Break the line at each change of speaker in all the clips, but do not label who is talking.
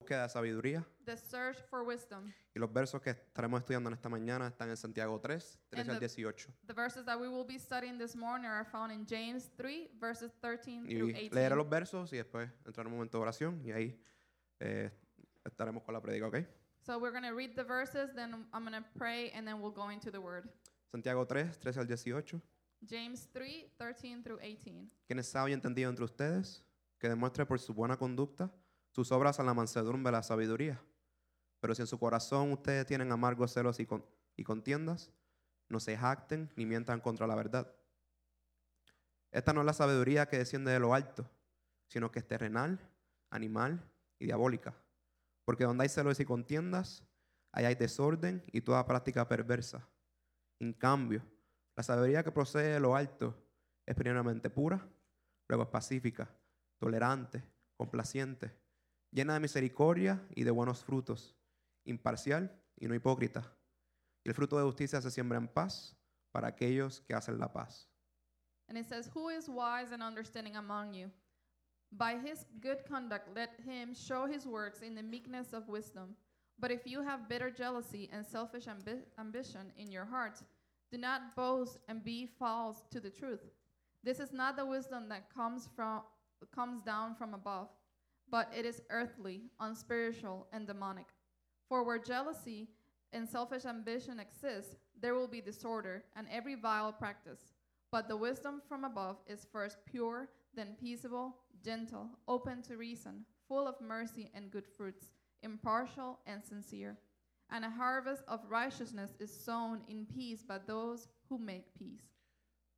búsqueda de sabiduría.
the search for wisdom.
Y los versos que estaremos estudiando en esta mañana están en Santiago 3, 13 al
the-
18.
The verses that we will be studying this morning are found in James 3, verses 13 through
Y leeré
18.
los versos y después entrar en un momento de oración y ahí eh, estaremos con la predica, ¿ok?
So we're going to read the verses, then I'm going to pray, and then we'll go into the word.
Santiago 3, 13 al 18.
James 3, 13 through 18.
Quien es sabio y entendido entre ustedes, que demuestre por su buena conducta sus obras a la mansedumbre de la sabiduría. Pero si en su corazón ustedes tienen amargos celos y, con- y contiendas, no se jacten ni mientan contra la verdad. Esta no es la sabiduría que desciende de lo alto, sino que es terrenal, animal y diabólica. Porque donde hay celos y contiendas, ahí hay desorden y toda práctica perversa. En cambio, la sabiduría que procede de lo alto es primeramente pura, luego es pacífica, tolerante, complaciente, llena de misericordia y de buenos frutos, imparcial y no hipócrita. Y el fruto de justicia se siembra en paz para aquellos que hacen la paz.
And it says, Who is wise and understanding among you? By his good conduct, let him show his works in the meekness of wisdom. But if you have bitter jealousy and selfish ambi- ambition in your hearts, do not boast and be false to the truth. This is not the wisdom that comes from comes down from above, but it is earthly, unspiritual, and demonic. For where jealousy and selfish ambition exist, there will be disorder and every vile practice. But the wisdom from above is first pure, then peaceable, gentle, open to reason, full of mercy and good fruits, impartial and sincere. And a harvest of righteousness is sown in peace by those who make peace.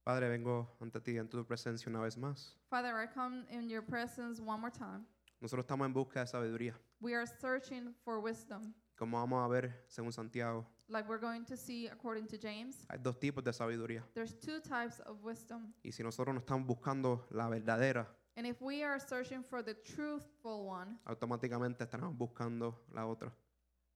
Padre, vengo ante ti, ante tu presencia una vez más.
Father, I come in your presence one more time.
Nosotros estamos en busca de sabiduría,
We are searching for wisdom,
como vamos a ver según Santiago.
like we're going to see according to James.
Hay dos tipos de sabiduría.
There's two types of wisdom.
Y si nosotros no estamos buscando la verdadera,
And if we are searching for the truthful one,
automáticamente estaremos buscando la otra.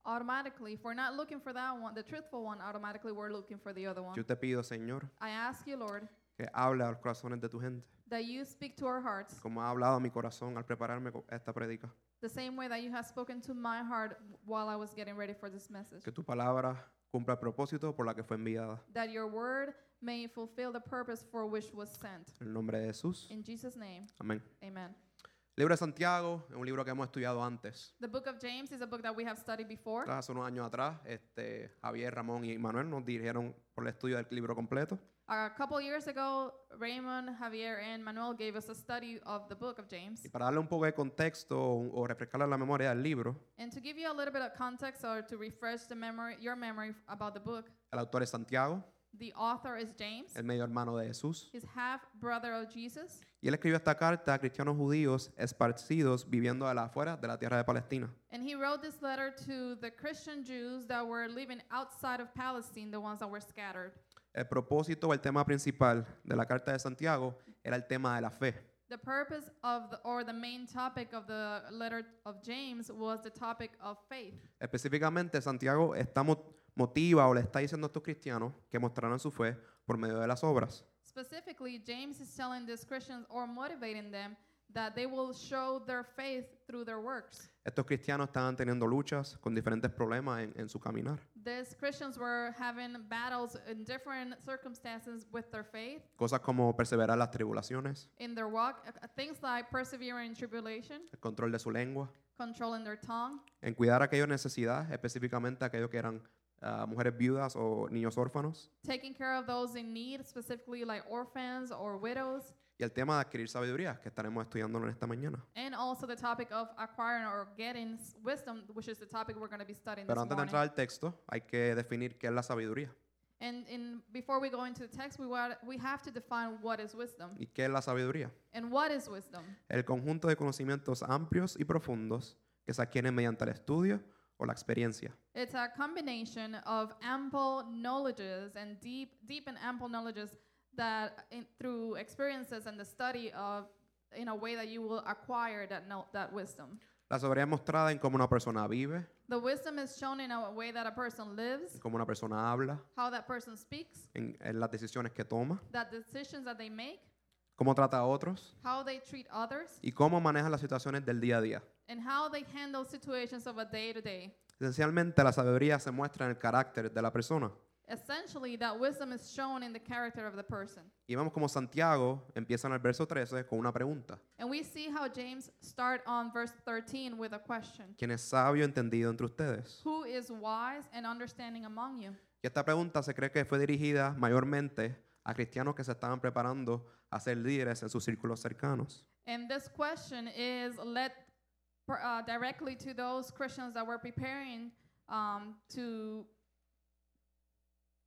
automatically, if we're not looking for that one, the truthful one, automatically we're looking for the other one.
Yo te pido, Señor,
I ask you, Lord,
que hable a los corazones de tu gente,
that you speak to our hearts
como ha hablado a mi corazón al prepararme co- esta prédica.
the same way that you have spoken to my heart while I was getting ready for this message.
Que tu palabra cumpla el propósito por la que fue enviada.
That your word may fulfill the purpose for which was sent.
En el nombre de Jesús.
In Jesus' name,
Amén.
amen.
El libro de Santiago es un libro que hemos estudiado antes.
The book of James is a book that we have studied before.
Hace unos años atrás, este, Javier, Ramón y Manuel nos dirigieron por el estudio del libro completo.
Uh, a couple years ago, Raymond, Javier, and Manuel gave us a study of the book of James.
Y para darle un poco de contexto o, o refrescarle la memoria del libro,
And to give you a little bit of context or to refresh the memory, your memory about the book,
el autor es Santiago,
the author is James.
el medio hermano de Jesús.
His half brother of Jesus.
Y él escribió esta carta a cristianos judíos esparcidos viviendo a las afueras de la tierra de Palestina.
And he wrote this letter to the Christian Jews that were living outside of Palestine, the ones that were scattered.
El propósito o el tema principal de la carta de Santiago era el tema de la fe.
The purpose of the, or the main topic of the letter of James was the topic of faith.
Específicamente, Santiago está mo- motiva o le está diciendo a estos cristianos que mostraran su fe por medio de las obras.
Specifically, James is telling these Christians or motivating them that they will show their faith through their works.
Estos cristianos estaban teniendo luchas con diferentes problemas en, en su caminar,
These Christians were having battles in different circumstances with their faith,
cosas como perseverar las tribulaciones,
in their walk, uh, uh, things like persevering in tribulation,
el control de su lengua,
controlling their tongue,
en cuidar aquellas necesidades, específicamente aquellos que eran ah, mujeres viudas o niños órfanos,
taking care of those in need, specifically like orphans or widows,
y el tema de adquirir sabiduría, que estaremos estudiándolo en esta mañana.
and also the topic of acquiring or getting s- wisdom, which is the topic we're going to be studying
Pero
this
antes de entrar
morning.
al texto, hay que definir qué es la sabiduría.
And in, before we go into the text, we, wa- we have to define what is wisdom
¿Y qué es la sabiduría?
and what is wisdom.
El conjunto de conocimientos amplios y profundos que se adquieren mediante el estudio o la experiencia.
It's a combination of ample knowledges and deep, deep and ample knowledges that in, through experiences and the study of, in a way that you will acquire that know, that wisdom.
La sabiduría es mostrada en cómo una persona vive,
The wisdom is shown in a way that a person lives,
en cómo una persona habla,
how that person speaks,
en, en las decisiones que toma,
that decisions that they make,
cómo trata a otros
how they treat others,
y cómo maneja las situaciones del día a día.
and how they handle situations of a day to day.
Esencialmente la sabiduría se muestra en el carácter de la persona.
Essentially, that wisdom is shown in the character of the person.
Y vemos como Santiago empieza en el verso 13 con una pregunta.
And we see how James start on verse 13 with a question.
¿Quién es sabio entendido entre ustedes?
Who is wise and understanding among you?
Y esta pregunta se cree que fue dirigida mayormente a cristianos que se estaban preparando a ser líderes en sus círculos cercanos.
And this question is led per- uh, directly to those Christians that were preparing um, to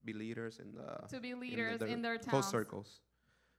Be leaders in the-
to be
in the-
leaders
their
in their
close
towns.
circles.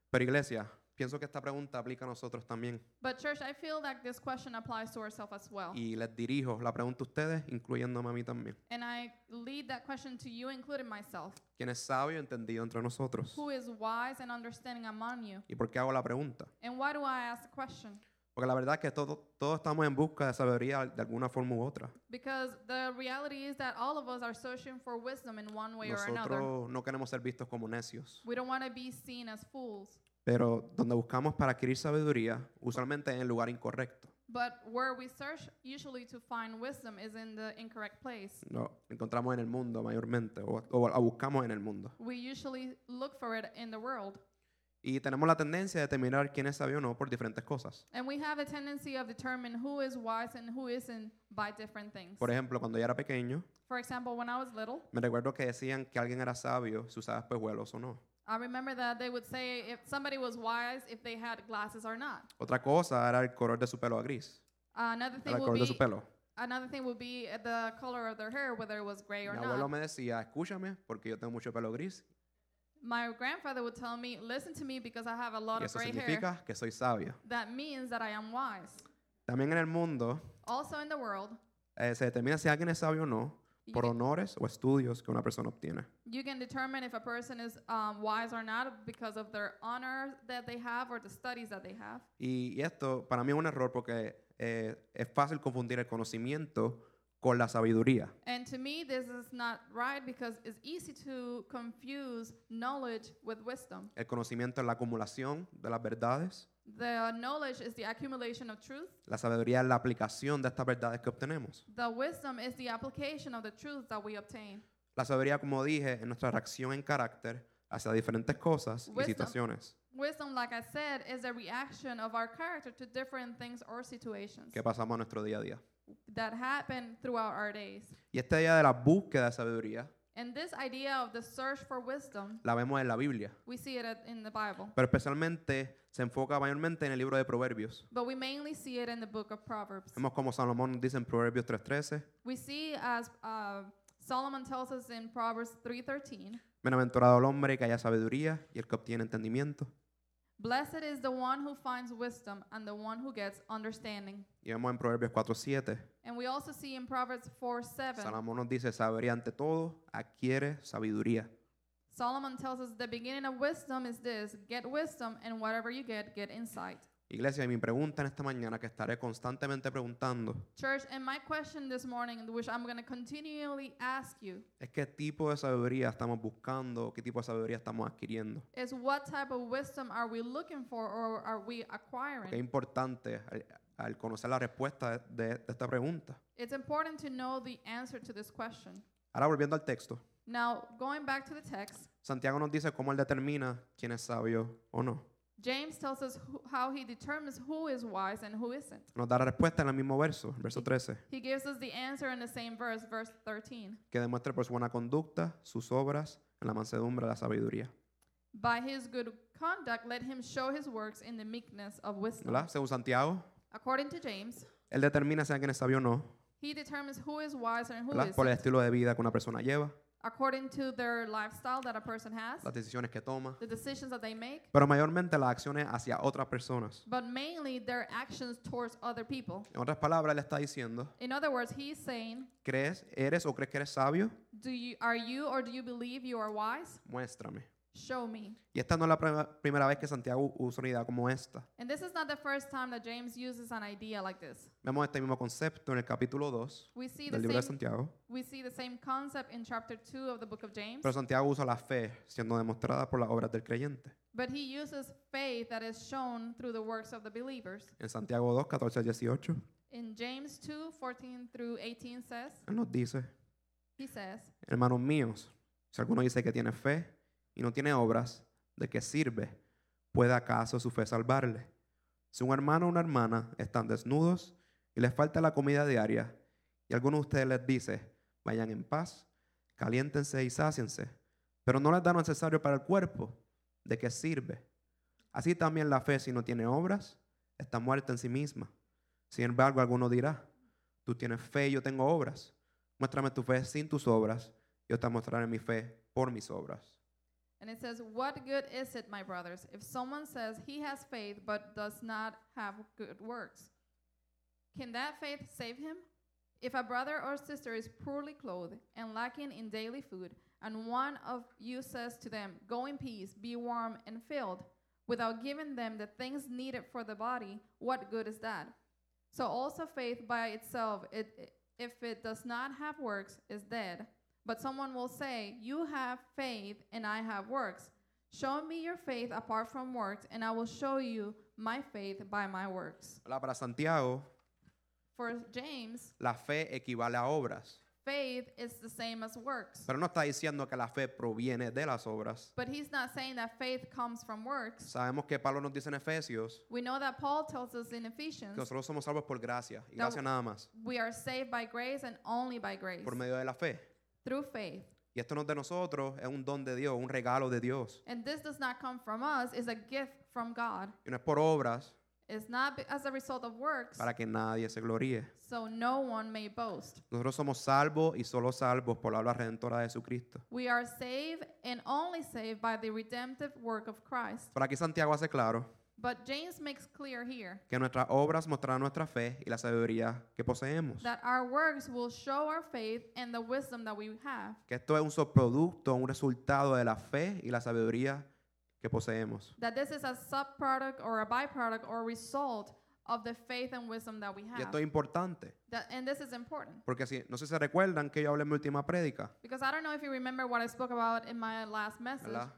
Pero iglesia, pienso que esta pregunta aplica a nosotros también.
But church, I feel like this question applies to ourselves as well.
Y les dirijo la pregunta a ustedes, incluyéndome a mí también.
And I lead that question to you, including myself.
¿Quién es sabio y entendido entre nosotros?
Who is wise and understanding among you?
¿Y por qué hago la pregunta?
And why do I ask the question?
Porque la verdad es que todo- todos estamos en busca de sabiduría de alguna forma u otra.
Because the reality is that all of us are searching for wisdom in one way or another.
Nosotros no queremos ser vistos como necios,
We don't want to be seen as fools.
pero donde buscamos para adquirir sabiduría, usualmente en el lugar incorrecto.
But where we search usually to find wisdom is in the incorrect place.
Lo encontramos en el mundo mayormente, o, o la buscamos en el mundo.
We usually look for it in the world.
Y tenemos la tendencia de determinar quién es sabio o no por diferentes cosas.
And we have a tendency of determining who is wise and who isn't by different things.
Por ejemplo, cuando yo era pequeño,
For example, when I was little,
me recuerdo que decían que alguien era sabio si usaba espejuelos o no.
I remember that they would say if somebody was wise if they had glasses or not.
Otra cosa era el color de su pelo a gris,
Another
era
thing
el
would
color de su
be
pelo.
another thing would be uh, the color of their hair, whether it was gray
Mi
or
abuelo
not.
me decía, escúchame, porque yo tengo mucho pelo gris,
My grandfather would tell me, "Listen to me because I have a lot
y
of
eso
gray hair."
significa que soy sabio.
That means that I am wise.
También en el mundo
Also in the world,
eh, se determina si alguien es sabio o no
you
por
can-
honores o estudios que una persona obtiene.
You can determine if a person is um, wise or not because of their honor that they have or the studies that they have.
Y y esto para mí es un error porque eh, es fácil confundir el conocimiento con la sabiduría.
And to me, this is not right because it's easy to confuse knowledge with wisdom.
El conocimiento es la acumulación de las verdades,
The knowledge is the accumulation of truth.
la sabiduría es la aplicación de estas verdades que obtenemos.
The wisdom is the application of the truth that we obtain.
La sabiduría, como dije, es nuestra reacción en carácter hacia diferentes cosas y
Wisdom.
situaciones
Wisdom, like I said, is the reaction of our character to different things or situations
que pasamos en nuestro día a día.
that happen throughout our days.
Y esta idea de la búsqueda de sabiduría
And this idea of the search for wisdom,
la vemos en la Biblia,
we see it at- in the Bible.
pero especialmente se enfoca mayormente en el libro de Proverbios.
But we mainly see it in the book of Proverbs.
Vemos como Salomón nos dice en Proverbios 3.13,
We see as uh, Solomon tells us in Proverbs 3:13,
Bienaventurado el hombre que haya sabiduría y el que obtiene entendimiento.
"Blessed is the one who finds wisdom and the one who gets understanding."
Y vemos en Proverbios 4.7,
And we also see in Proverbs 4:7,
Salomón nos dice, sabiduría ante todo, adquiere sabiduría.
Solomon tells us the beginning of wisdom is this: get wisdom, and whatever you get, get insight.
Iglesia, y mi pregunta en esta mañana que estaré constantemente preguntando
Church, and my question this morning, which I'm going to continually ask you,
es qué tipo de sabiduría estamos buscando, qué tipo de sabiduría estamos adquiriendo.
is what type of wisdom are we looking for or are we
Porque es
acquiring?
importante al, al conocer la respuesta de, de esta pregunta.
It's important to know the answer to this question.
Ahora volviendo al texto,
Now, going back to the text,
Santiago nos dice cómo él determina quién es sabio o no.
James tells us who, how he determines who is wise and who isn't.
Nos da la respuesta en el mismo verso, el verso 13.
He gives us the answer in the same verse, verse 13.
que demuestre por su buena conducta, sus obras, en la mansedumbre de la sabiduría.
By his good conduct, let him show his works in the meekness of wisdom.
¿Verdad? Según Santiago,
According to James,
él determina si alguien es sabio o no,
he determines who is wise and who
¿verdad? Por el
isn't,
estilo de vida que una persona lleva,
according to their lifestyle that a person has,
las decisiones que toma,
the decisions that they make,
pero mayormente las acciones hacia otras personas.
but mainly their actions towards other people.
En otras palabras, él está diciendo,
In other words, he's saying,
¿crees, eres o crees que eres sabio?
do you are you or do you believe you are wise?
Muéstrame.
Show me.
Y esta no es la prima- primera vez que Santiago usa una idea como esta.
And this is not the first time that James uses an idea like this.
Vemos este mismo concepto en el capítulo 2
We see
del
the
libro de
same
Santiago,
we see the same concept in chapter 2 of the book of James,
pero Santiago usa la fe siendo demostrada por las obras del creyente.
but he uses faith that is shown through the works of the believers.
En Santiago 2, 14 al 18,
In James 2 14 through 18 says,
Él nos dice,
He says,
hermanos míos, si alguno dice que tiene fe y no tiene obras, ¿de qué sirve? ¿Puede acaso su fe salvarle? Si un hermano o una hermana están desnudos y les falta la comida diaria, y alguno de ustedes les dice, vayan en paz, caliéntense y sáciense, pero no les da lo necesario para el cuerpo, ¿de qué sirve? Así también la fe si no tiene obras, está muerta en sí misma. Sin embargo, alguno dirá, tú tienes fe y yo tengo obras. Muéstrame tu fe sin tus obras, yo te mostraré mi fe por mis obras.
And it says, What good is it, my brothers, if someone says he has faith but does not have good works? Can that faith save him? If a brother or sister is poorly clothed and lacking in daily food, and one of you says to them, Go in peace, be warm and filled, without giving them the things needed for the body, what good is that? So also faith by itself, it, if it does not have works, is dead. But someone will say, You have faith, and I have works. Show me your faith apart from works, and I will show you my faith by my works.
Ahora, Para Santiago,
For James,
la fe equivale a obras,
faith is the same as works.
pero no está diciendo que la fe proviene de las obras.
But he's not saying that faith comes from works.
Sabemos que Pablo nos dice en Efesios
We know that Paul tells us in
que
Ephesians,
nosotros somos salvos por gracia, y
No.
gracia nada más,
we are saved by grace and only by grace,
por medio de la fe.
through faith.
Y esto no es de nosotros, es un don de Dios, un regalo de Dios.
And this does not come from us, it's a gift from God.
Y no es por obras
It's not be- as a result of works,
para que nadie se gloríe.
so no one may boast.
Nosotros somos salvos y solo salvos por la obra redentora de Jesucristo.
We are saved and only saved by the redemptive work of Christ.
Por aquí Santiago hace claro
But James makes clear here
que nuestras obras mostrarán nuestra fe y la sabiduría que poseemos.
that our works will show our faith and the wisdom that we have.
Que esto es un subproducto, un resultado de la fe y la sabiduría que poseemos.
That this is a subproduct or a byproduct or result of the faith and wisdom that we
Y esto
have.
es importante,
That, and this is important
porque si, no sé si se recuerdan que yo hablé en mi última prédica,
because I don't know if you remember what I spoke about in my last message.
¿verdad?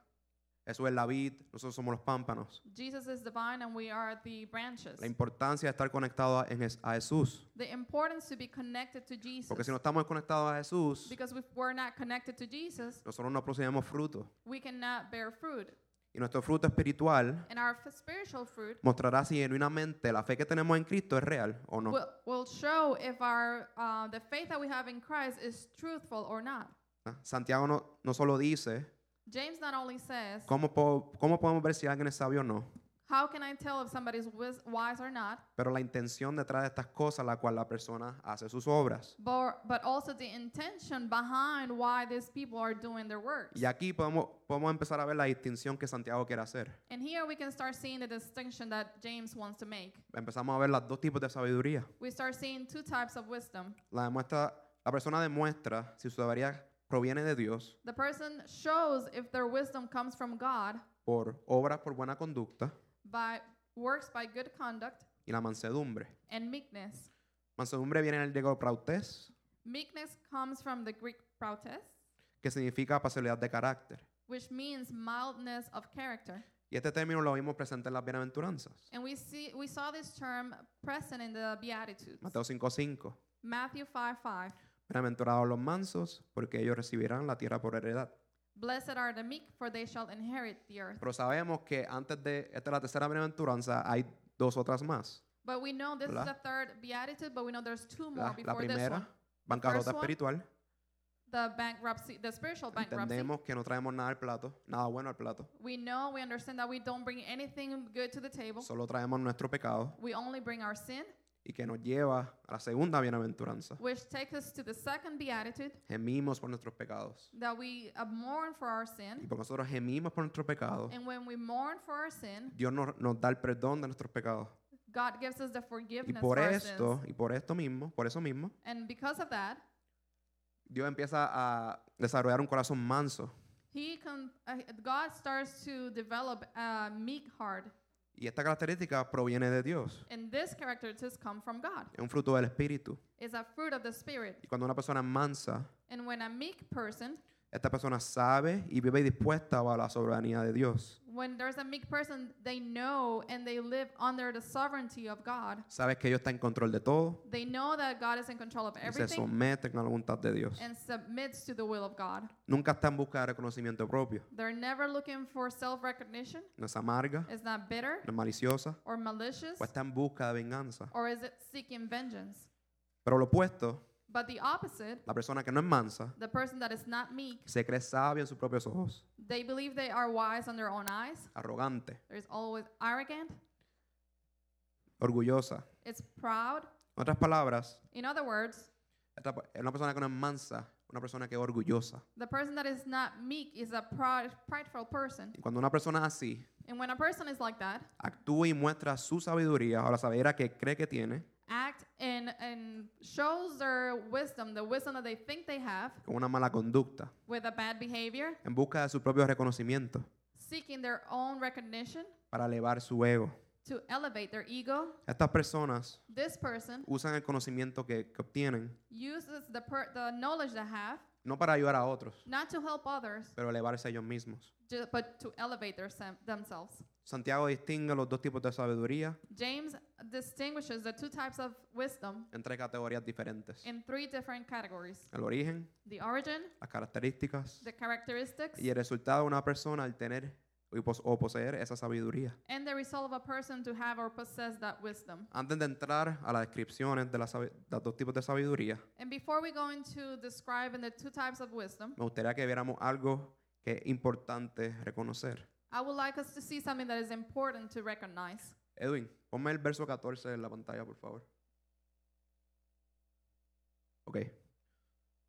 Eso es la vid, nosotros somos los pámpanos.
Jesus is the vine and we are the branches.
La importancia de estar conectado a, en Jes- a Jesús,
The importance to be connected to Jesus.
porque si no estamos conectados a Jesús,
Because if we're not connected to Jesus,
nosotros no producimos fruto.
we cannot bear fruit.
Y nuestro fruto espiritual
And our f- spiritual fruit
mostrará si genuinamente la fe que tenemos en Cristo es real o no.
will, will show if our uh, the faith that we have in Christ is truthful or not.
¿Ah? Santiago no, no solo dice
James not only says,
cómo, po- cómo podemos ver si alguien es sabio o no,
"How can I tell if somebody's wis- wise or not?"
pero la intención detrás de estas cosas, la cual la persona hace sus obras.
But, but also the intention behind why these people are doing their works.
Y aquí podemos, podemos empezar a ver la distinción que Santiago quiere hacer.
And here we can start seeing the distinction that James wants to make.
Empezamos a ver los dos tipos de sabiduría.
We start seeing two types of wisdom.
La, demuestra, la persona demuestra si su sabiduría proviene de Dios
The person shows if their wisdom comes from God
por obras por buena conducta
by works by good conduct
y la mansedumbre.
and meekness.
Mansedumbre viene del griego prautes,
Meekness comes from the Greek proutes,
que significa pasividad de carácter.
which means mildness of character.
Y este término lo vimos presente en las bienaventuranzas.
And we see we saw this term present in the Beatitudes.
Mateo 5:5.
Matthew 5 5.
Bienaventurados los mansos, porque ellos recibirán la tierra por heredad.
Blessed are the meek, for they shall inherit the earth.
Pero sabemos que antes de esta es la tercera bienaventuranza hay dos otras más.
But we know this is
¿Verdad?
the third beatitude, but we know there's two more
La, la
before this one.
primera, bancarrota
first one,
espiritual.
The bankruptcy, the spiritual bankruptcy.
Entendemos que no traemos nada al plato, nada bueno al plato.
We know, we understand that we don't bring anything good to the table.
Solo traemos nuestro pecado
We only bring our sin,
y que nos lleva a la segunda bienaventuranza.
which takes us to the second beatitude
Gemimos por nuestros pecados.
that we uh, mourn for our
Y
sin.
porque nosotros gemimos por nuestros pecados,
And when we mourn for our sin,
Dios nos, nos da el perdón de nuestros pecados.
God gives us the
Y
forgiveness
por
for our sins.
esto, y por esto mismo, por eso mismo,
And because of that,
Dios empieza a desarrollar un corazón manso.
he con- uh, God starts to develop a meek heart.
Y esta característica proviene de Dios.
And this characteristics come from God.
Es un fruto del Espíritu.
It's a fruit of the Spirit.
Y cuando una persona es mansa,
And when a meek person
esta persona sabe y vive dispuesta a la soberanía de Dios.
When there's a meek person, they know and they live under the sovereignty of God.
Sabes que Dios está en control de todo
They know that God is in control of
y se
everything
someten a la voluntad de Dios.
and submits to the will of God.
Nunca está en busca de reconocimiento propio.
They're never looking for self recognition.
No es amarga,
It's not bitter
no es maliciosa
or malicious
o está en busca de venganza.
or is it seeking vengeance.
Pero lo opuesto,
But the opposite,
la persona que no es mansa,
the person that is not meek,
se cree sabia en sus propios ojos,
they believe they are wise on their own eyes.
arrogante,
There's always arrogant.
orgullosa.
It's proud.
En otras palabras,
In other words,
esta pe- una persona que no es mansa, una persona que es orgullosa.
the person that is not meek is a proud, prideful person.
Y cuando una persona así
And when a person is like that,
actúa y muestra su sabiduría o la sabiduría que cree que tiene,
act and, and shows their wisdom, the wisdom that they think they have,
con una mala conducta,
with a bad behavior,
en busca de su propio reconocimiento,
seeking their own recognition
para elevar su ego.
to elevate their ego.
Estas personas
This person
usan el conocimiento que, que obtienen,
uses the, per- the knowledge they have
no para ayudar a otros,
not to help others,
pero elevarse ellos mismos.
ju- but to elevate their sem- themselves.
Santiago distingue los dos tipos de sabiduría
James distinguishes the two types of wisdom
en tres categorías diferentes.
in three different categories
El origen,
the origin,
las características
the characteristics,
y el resultado de una persona al tener y pos- o poseer esa sabiduría.
and the result of a person to have or possess that wisdom.
Antes de entrar a las descripciones de, la sabi- de los dos tipos de sabiduría,
And before we go into describing the two types of wisdom,
me gustaría que viéramos algo que es importante reconocer.
I would like us to see something that is important to recognize.
Edwin, ponme el verso 14 en la pantalla, por favor. Ok.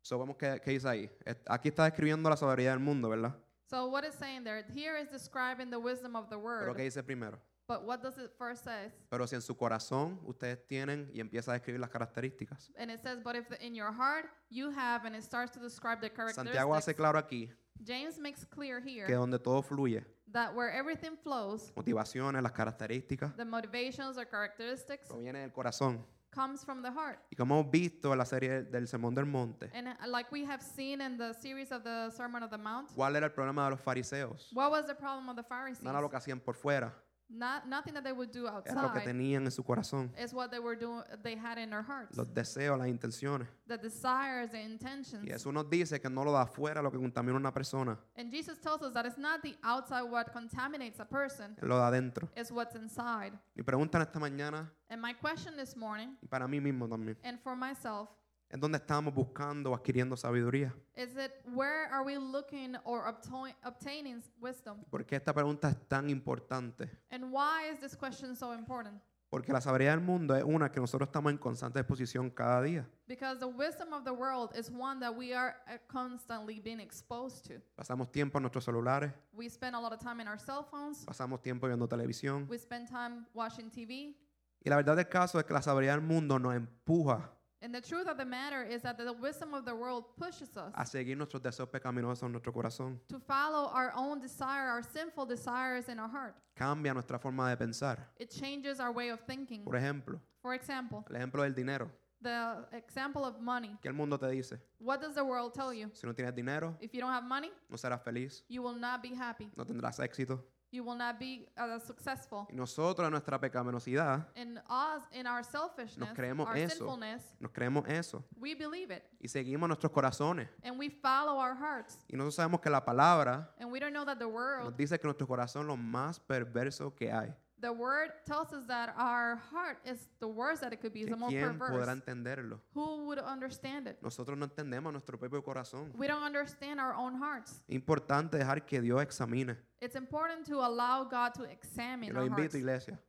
So, vamos, ¿qué, qué dice ahí? Est- Aquí está describiendo la sabiduría del mundo, ¿verdad?
So, what is saying there? Here is describing the wisdom of the
Pero
word.
¿qué dice primero?
But what does it first says?
Pero si en su corazón ustedes tienen y empieza a describir las características.
And it says, but if the, in your heart you have, and it starts to describe the
Santiago hace
characteristics.
claro aquí
James makes clear here
que donde todo fluye,
that where everything flows,
motivaciones, las características,
the motivations or characteristics
proviene del corazón.
comes from the heart.
Y como hemos visto en la serie del Sermón del Monte,
And uh, like we have seen in the series of the Sermon of the Mount,
¿cuál era el problema de los fariseos?
what was the problem of the Pharisees?
No era lo que hacían por fuera,
Not, nothing that they would do
era lo que
outside
tenían en su corazón.
is what they were doing. They had in their hearts
Los deseos, las intenciones.
the desires, the
Y
intentions.
Jesús nos dice que no lo da afuera lo que contamina a una persona,
And Jesus tells us that it's not the outside what contaminates a person,
lo da adentro.
it's what's inside.
Mi pregunta en esta mañana,
And my question this morning,
y para mí mismo también,
and for myself,
es dónde estamos buscando o adquiriendo sabiduría.
is that where are we looking or obtoi- obtaining s- wisdom?
¿Por qué esta pregunta es tan importante?
And why is this question so important?
Porque la sabiduría del mundo es una que nosotros estamos en constante exposición cada día.
Because the wisdom of the world is one that we are uh, constantly being exposed to.
Pasamos tiempo en nuestros celulares,
We spend a lot of time in our cell phones,
pasamos tiempo viendo televisión.
we spend time watching TV.
Y la verdad del caso es que la sabiduría del mundo nos empuja
And the truth of the matter is that the wisdom of the world pushes us
a seguir nuestros deseos pecaminosos en nuestro corazón.
to follow our own desire, our sinful desires in our heart.
Cambia nuestra forma de pensar.
It changes our way of thinking.
Por ejemplo,
For example,
el ejemplo del dinero.
the example of money.
¿Qué el mundo te dice?
What does the world tell you?
Si no tienes dinero,
If you don't have money,
no serás feliz,
you will not be happy.
no tendrás éxito.
You will not be uh, successful.
Y nosotros en nuestra pecaminosidad
In us, in our selfishness,
creemos
our
eso.
sinfulness,
nos creemos eso
we believe it
y seguimos nuestros coranes.
and we follow our hearts.
Y nosotros sabemos que la palabra
And we don't know that the world,
nos dice que nuestro corazón es lo más perverso que hay.
the word tells us that our heart is the worst that it could
¿Que
be, is the more
¿Quién podrá
perverse.
entenderlo?
Who would understand it?
Nosotros no entendemos nuestro propio corazón.
We don't understand our own hearts.
Es importante dejar que Dios examine.
It's important to allow God to
Y
examine
lo
our
invito,
hearts.
iglesia.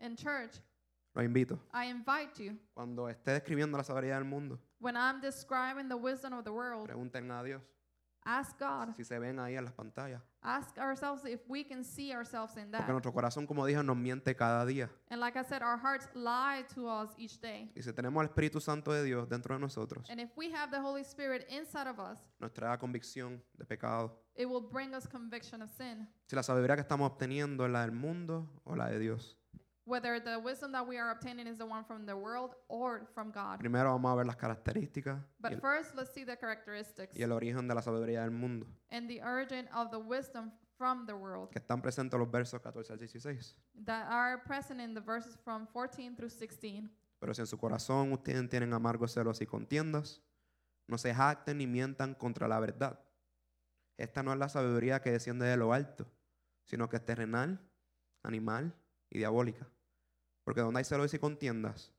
In church,
Lo invito.
I invite you,
Cuando esté describiendo la sabiduría del mundo,
when I'm describing the wisdom of the world,
pregunten a Dios
ask God,
si se ven ahí en las pantallas.
ask ourselves if we can see ourselves in that.
Porque nuestro corazón, como dije, nos miente cada día.
And like I said, our hearts lie to us each day.
Y si tenemos al Espíritu Santo de Dios dentro de nosotros,
And if we have the Holy Spirit inside of us,
nos traerá convicción de pecado.
it will bring us conviction of sin.
Si la sabiduría que estamos obteniendo es la del mundo o la de Dios.
Whether the wisdom that we are obtaining is the one from the world or from God.
Primero vamos a ver las características y
But
el,
first, let's see the characteristics
y el origen de la sabiduría del mundo.
and the origin of the wisdom from the world
que están presentes en los versos 14 al 16.
that are present in the verses from 14 through 16.
Pero si en su corazón ustedes tienen amargos celos y contiendas, no se jacten ni mientan contra la verdad. Esta no es la sabiduría que desciende de lo alto, sino que es terrenal, animal y diabólica. Porque donde hay celos y contiendas,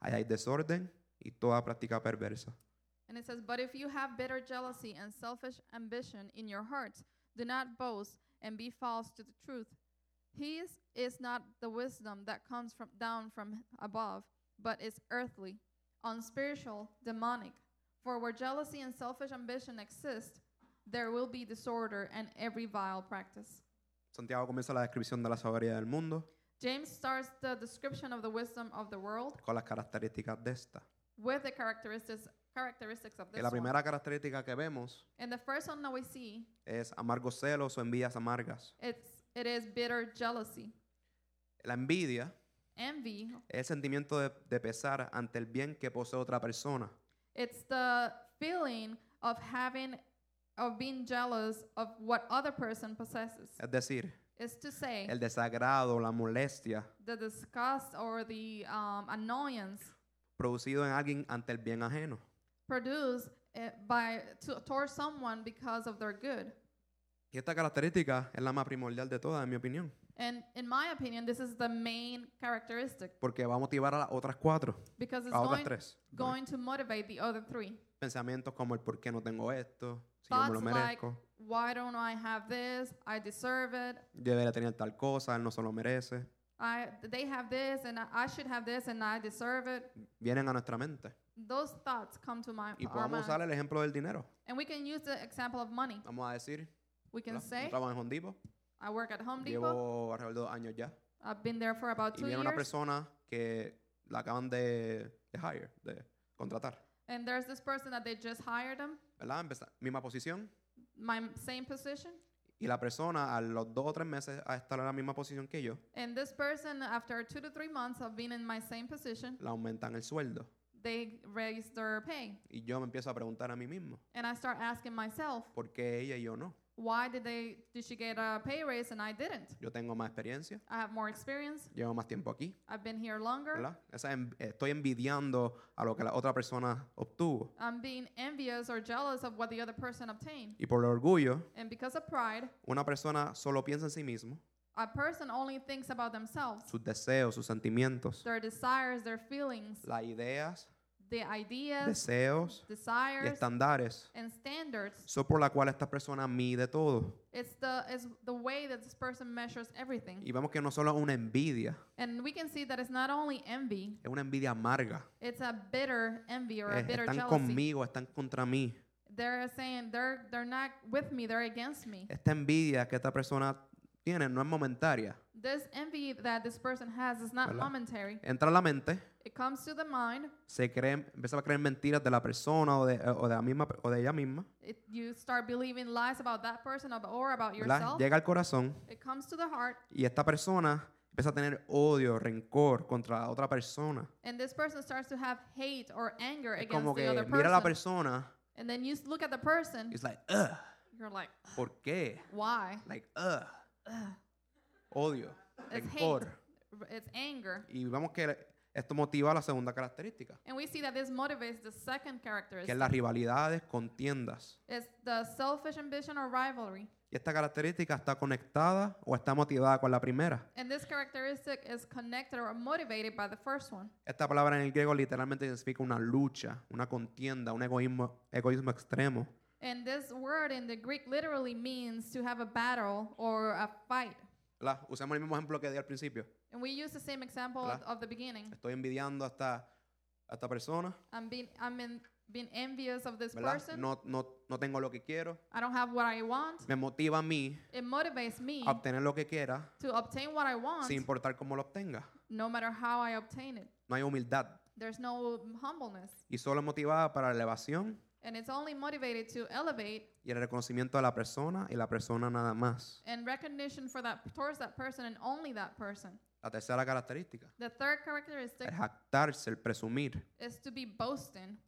ahí hay desorden y toda práctica perversa.
And it says, But if you have bitter jealousy and selfish ambition in your hearts, do not boast and be false to the truth. His is not the wisdom that comes from down from above, but is earthly, unspiritual, demonic. For where jealousy and selfish ambition exist, there will be disorder and every vile practice.
Santiago comienza la descripción de la sabiduría del mundo
James starts the description of the wisdom of the world
con las características de esta.
with the characteristics characteristics of
Que
this
la
one.
primera característica que vemos
And the first one that we see
es amargos celos o envidias amargas.
It's it is bitter jealousy.
La envidia
Envy,
es el sentimiento de, de pesar ante el bien que posee otra persona.
it's the feeling of having of being jealous of what other person possesses.
Es decir,
It's to say
el desagrado, la molestia
the disgust or the um, annoyance
producido en alguien ante el bien ajeno.
produced uh, by to, towards someone because of their good.
Y esta característica es la más primordial de todas, en mi opinión,
And in my opinion, this is the main characteristic
porque va a motivar a las otras cuatro,
because it's
a otras
Pues going,
tres.
going to motivate the other three.
Pensamientos como el por qué no tengo esto, si yo me lo
Thoughts like,
merezco,
why don't I have this? I deserve it.
yo debería tener tal cosa, él no se lo merece.
I they have this and I, I should have this and I deserve it.
Vienen a nuestra mente.
Those thoughts come to my
Y
our
podemos
mind.
usar el ejemplo del dinero.
And we can use the example of money.
Vamos a decir,
We can
¿verdad? yo
say
trabajo en Home Depot,
I work at Home Depot.
llevo alrededor de dos años ya.
I've been there for about
Y
two
viene una
years.
persona que la acaban de, de hire, de contratar,
And there's this person that they just hired them,
¿verdad? Empezar, misma posición.
my m- same position.
Y la persona a los dos o tres meses a estar en la misma posición que yo,
And this person, after two to three months of being in my same position,
le aumentan el sueldo.
they raise their pay.
Y yo me empiezo a preguntar a mí mismo,
And I start asking myself,
¿por qué ella y yo no?
why did they did she get a pay raise and I didn't?
Yo tengo más experiencia,
I have more experience.
llevo más tiempo aquí,
I've been here longer.
¿verdad? Esa en- estoy envidiando a lo que la otra persona obtuvo.
I'm um, being envious or jealous of what the other person obtained.
Y por el orgullo,
And because of pride,
una persona solo piensa en sí mismo,
a person only thinks about themselves,
sus deseos, sus sentimientos,
their desires, their feelings,
las ideas,
the ideas,
deseos y
desires,
estándares
and standards.
Eso por la cual esta persona mide todo.
It's the it's the way that this person measures everything.
Y vemos que no solo es una envidia,
And we can see that it's not only envy,
es una envidia amarga.
it's a bitter envy or a
Es,
bitter
Eh, están
jealousy.
conmigo, están contra mí.
They're saying they're they're not with me, they're against me.
Esta envidia que esta persona tiene no es momentaria.
This envy that this person has is not
¿Verdad?
momentary.
Entra a la mente,
It comes to the mind,
se cree, empieza a creer mentiras de la persona o de, eh, o de la misma, o de ella misma.
it, you start believing lies about that person ab- or about
¿verdad?
yourself.
Llega al corazón
It comes to the heart,
y esta persona empieza a tener odio, rencor contra la otra persona.
and this person starts to have hate or anger
Es
against
como que
the other
mira a la
person.
persona
and then you s- look at the
y
person,
es like, "Ugh,
you're like,
¿por qué?
why?
Like, "Ugh". Odio,
It's
rencor.
hate. R- It's anger.
Y vemos que esto motiva la segunda característica,
And we see that this motivates the second
que es
characteristic.
las rivalidades, contiendas.
It's the selfish ambition or rivalry.
Y esta característica está conectada o está motivada con la primera.
And this characteristic is connected or motivated by the first one.
Esta palabra en el griego literalmente significa una lucha, una contienda, un egoísmo, egoísmo extremo.
And this word in the Greek literally means to have a battle or a fight.
¿verdad? Usamos el mismo ejemplo que di al principio.
And we use the same example
¿Verdad?
of the beginning.
Estoy envidiando a esta, a esta persona,
I'm being I'm in, being envious of this
¿verdad?
person.
No, no, no tengo lo que quiero.
I don't have what I want.
Me motiva a mí
It motivates me
a obtener lo que quiera
to obtain what I want,
sin importar cómo lo obtenga.
no matter how I obtain it.
No hay humildad.
There's no humbleness,
Y solo es motivada para la elevación
and it's only motivated to elevate
y el reconocimiento de la persona y la persona nada más.
and recognition for that towards that person and only that person.
La tercera característica,
The third characteristic
el jactarse, el presumir.
is to be boasting.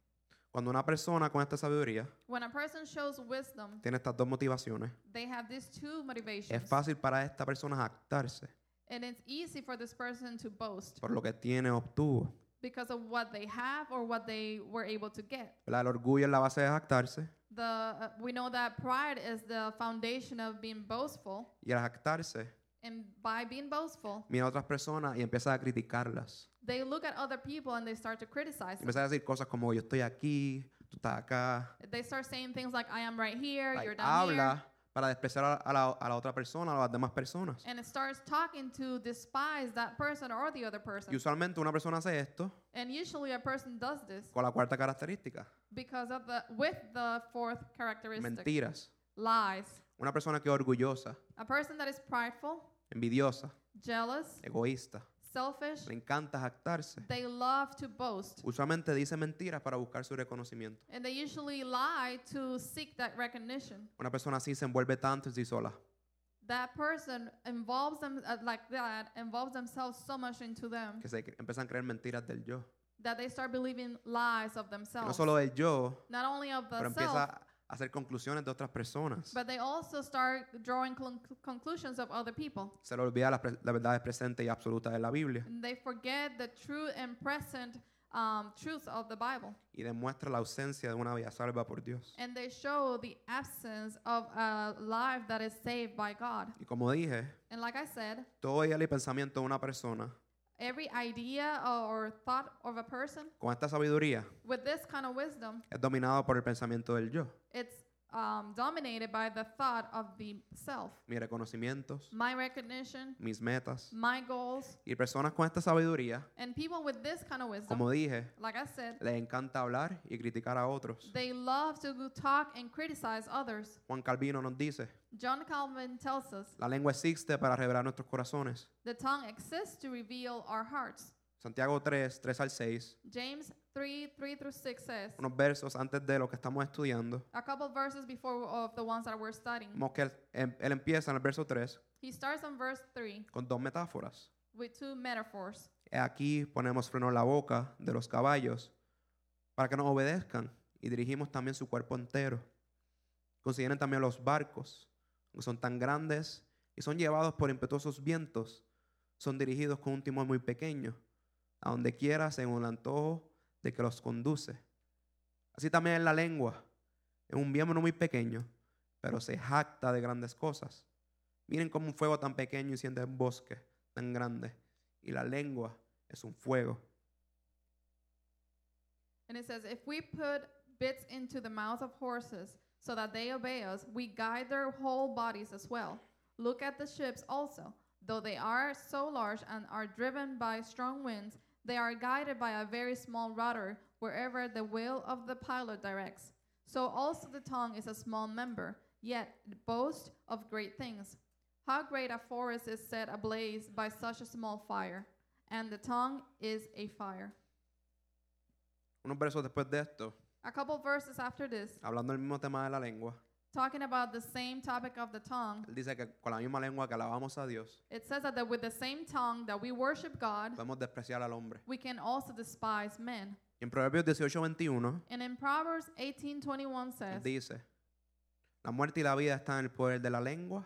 Cuando una persona con esta sabiduría
When a person shows wisdom,
tiene estas dos motivaciones,
they have these two
es
motivations.
fácil para esta persona jactarse
And it's easy for this person to boast
por lo que tiene o obtuvo.
because of what they have or what they were able to get.
¿verdad? El orgullo es la base de jactarse
The, uh, we know that pride is the foundation of being boastful.
y al jactarse
And by being boastful,
mira a otras personas y empieza a criticarlas.
they look at other people and they start to criticize them.
Empieza a decir cosas como yo estoy aquí, tú estás acá.
They start saying things like, I am right here,
Like,
you're down here.
habla para despreciar a- a la, a la otra persona, a las demás personas.
And it starts talking to despise that person or the other
Y
person.
usualmente una persona hace esto
And usually a person does this
con la cuarta característica,
because of the with the fourth characteristic
mentiras.
lies.
Una persona que es orgullosa,
A person that is prideful,
envidiosa,
jealous,
egoísta,
selfish,
le encanta jactarse.
they love to boast.
Usualmente dice mentiras para buscar su reconocimiento.
And they usually lie to seek that recognition.
Una persona así se envuelve tanto en sí sola.
That person involves them uh, like that, involves themselves so much into them
que se cre- empiezan a creer mentiras del yo.
that they start believing lies of
Y no
themselves.
solo del yo,
Not only of
pero
the
empieza
self,
a hacer conclusiones de otras personas.
but they also start drawing con- conclusions of other people.
Se le olvida las pre- las verdades presentes y absolutas de la Biblia
And they forget the true and present um, truths of the Bible.
y demuestra la ausencia de una vida salva por Dios.
And they show the absence of a life that is saved by God.
Y como dije,
And like I said,
todo ideal y pensamiento de una persona
every idea or or thought of a person
con esta sabiduría
with this kind of wisdom,
es dominado por el pensamiento del yo.
it's um, dominated by the thought of the self.
Mis reconocimientos,
My recognition,
mis metas.
my goals,
Y personas con esta sabiduría,
and people with this kind of wisdom,
como dije,
like I said,
les encanta hablar y criticar a otros.
they love to go talk and criticize others.
Juan Calvino nos dice,
John Calvin tells us
la lengua existe para revelar nuestros corazones.
The tongue exists to reveal our hearts.
Santiago 3, 3 al 6,
James 3 3 through 6 says,
unos versos antes de lo que estamos estudiando.
a couple verses before of the ones that we're studying.
Vemos que él, em- él empieza en el verso 3
He starts on verse 3
con dos metáforas.
with two metaphors.
He Aquí ponemos freno a la boca de los caballos para que nos obedezcan y dirigimos también su cuerpo entero. Consideren también los barcos, que son tan grandes y son llevados por impetuosos vientos. Son dirigidos con un timón muy pequeño, a donde quiera según el antojo de que los conduce. Así también es la lengua, es un miembro muy pequeño, pero se jacta de grandes cosas. Miren cómo un fuego tan pequeño enciende un bosque tan grande, y la lengua es un fuego.
And it says, If we put bits into the mouths of horses so that they obey us, we guide their whole bodies as well. Look at the ships also. Though they are so large and are driven by strong winds, they are guided by a very small rudder wherever the will of the pilot directs. So also the tongue is a small member, yet it boasts of great things. How great a forest is set ablaze by such a small fire, and the tongue is a fire.
Unos versos después de esto,
A couple verses after this,
hablando del mismo tema de la lengua,
talking about the same topic of the tongue,
él dice que con la misma lengua que alabamos a Dios,
it says that, that with the same tongue that we worship God,
podemos despreciar al hombre.
we can also despise men.
Y en Proverbios 18:21
And in Proverbs 18:21
él
says,
dice, la muerte y la vida están en el poder de la lengua,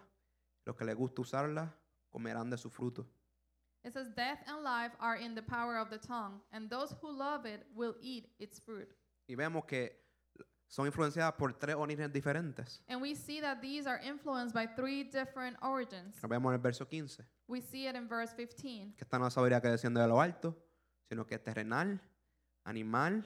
los que les gusta usarla comerán de su fruto.
it says death and life are in the power of the tongue, and those who love it will eat its fruit.
Y vemos que son influenciadas por tres orígenes diferentes.
And we see that these are influenced by three different origins.
Lo vemos en el verso 15,
We see it in verse 15.
que esta no es sabiduría que desciende de lo alto, sino que es terrenal, animal,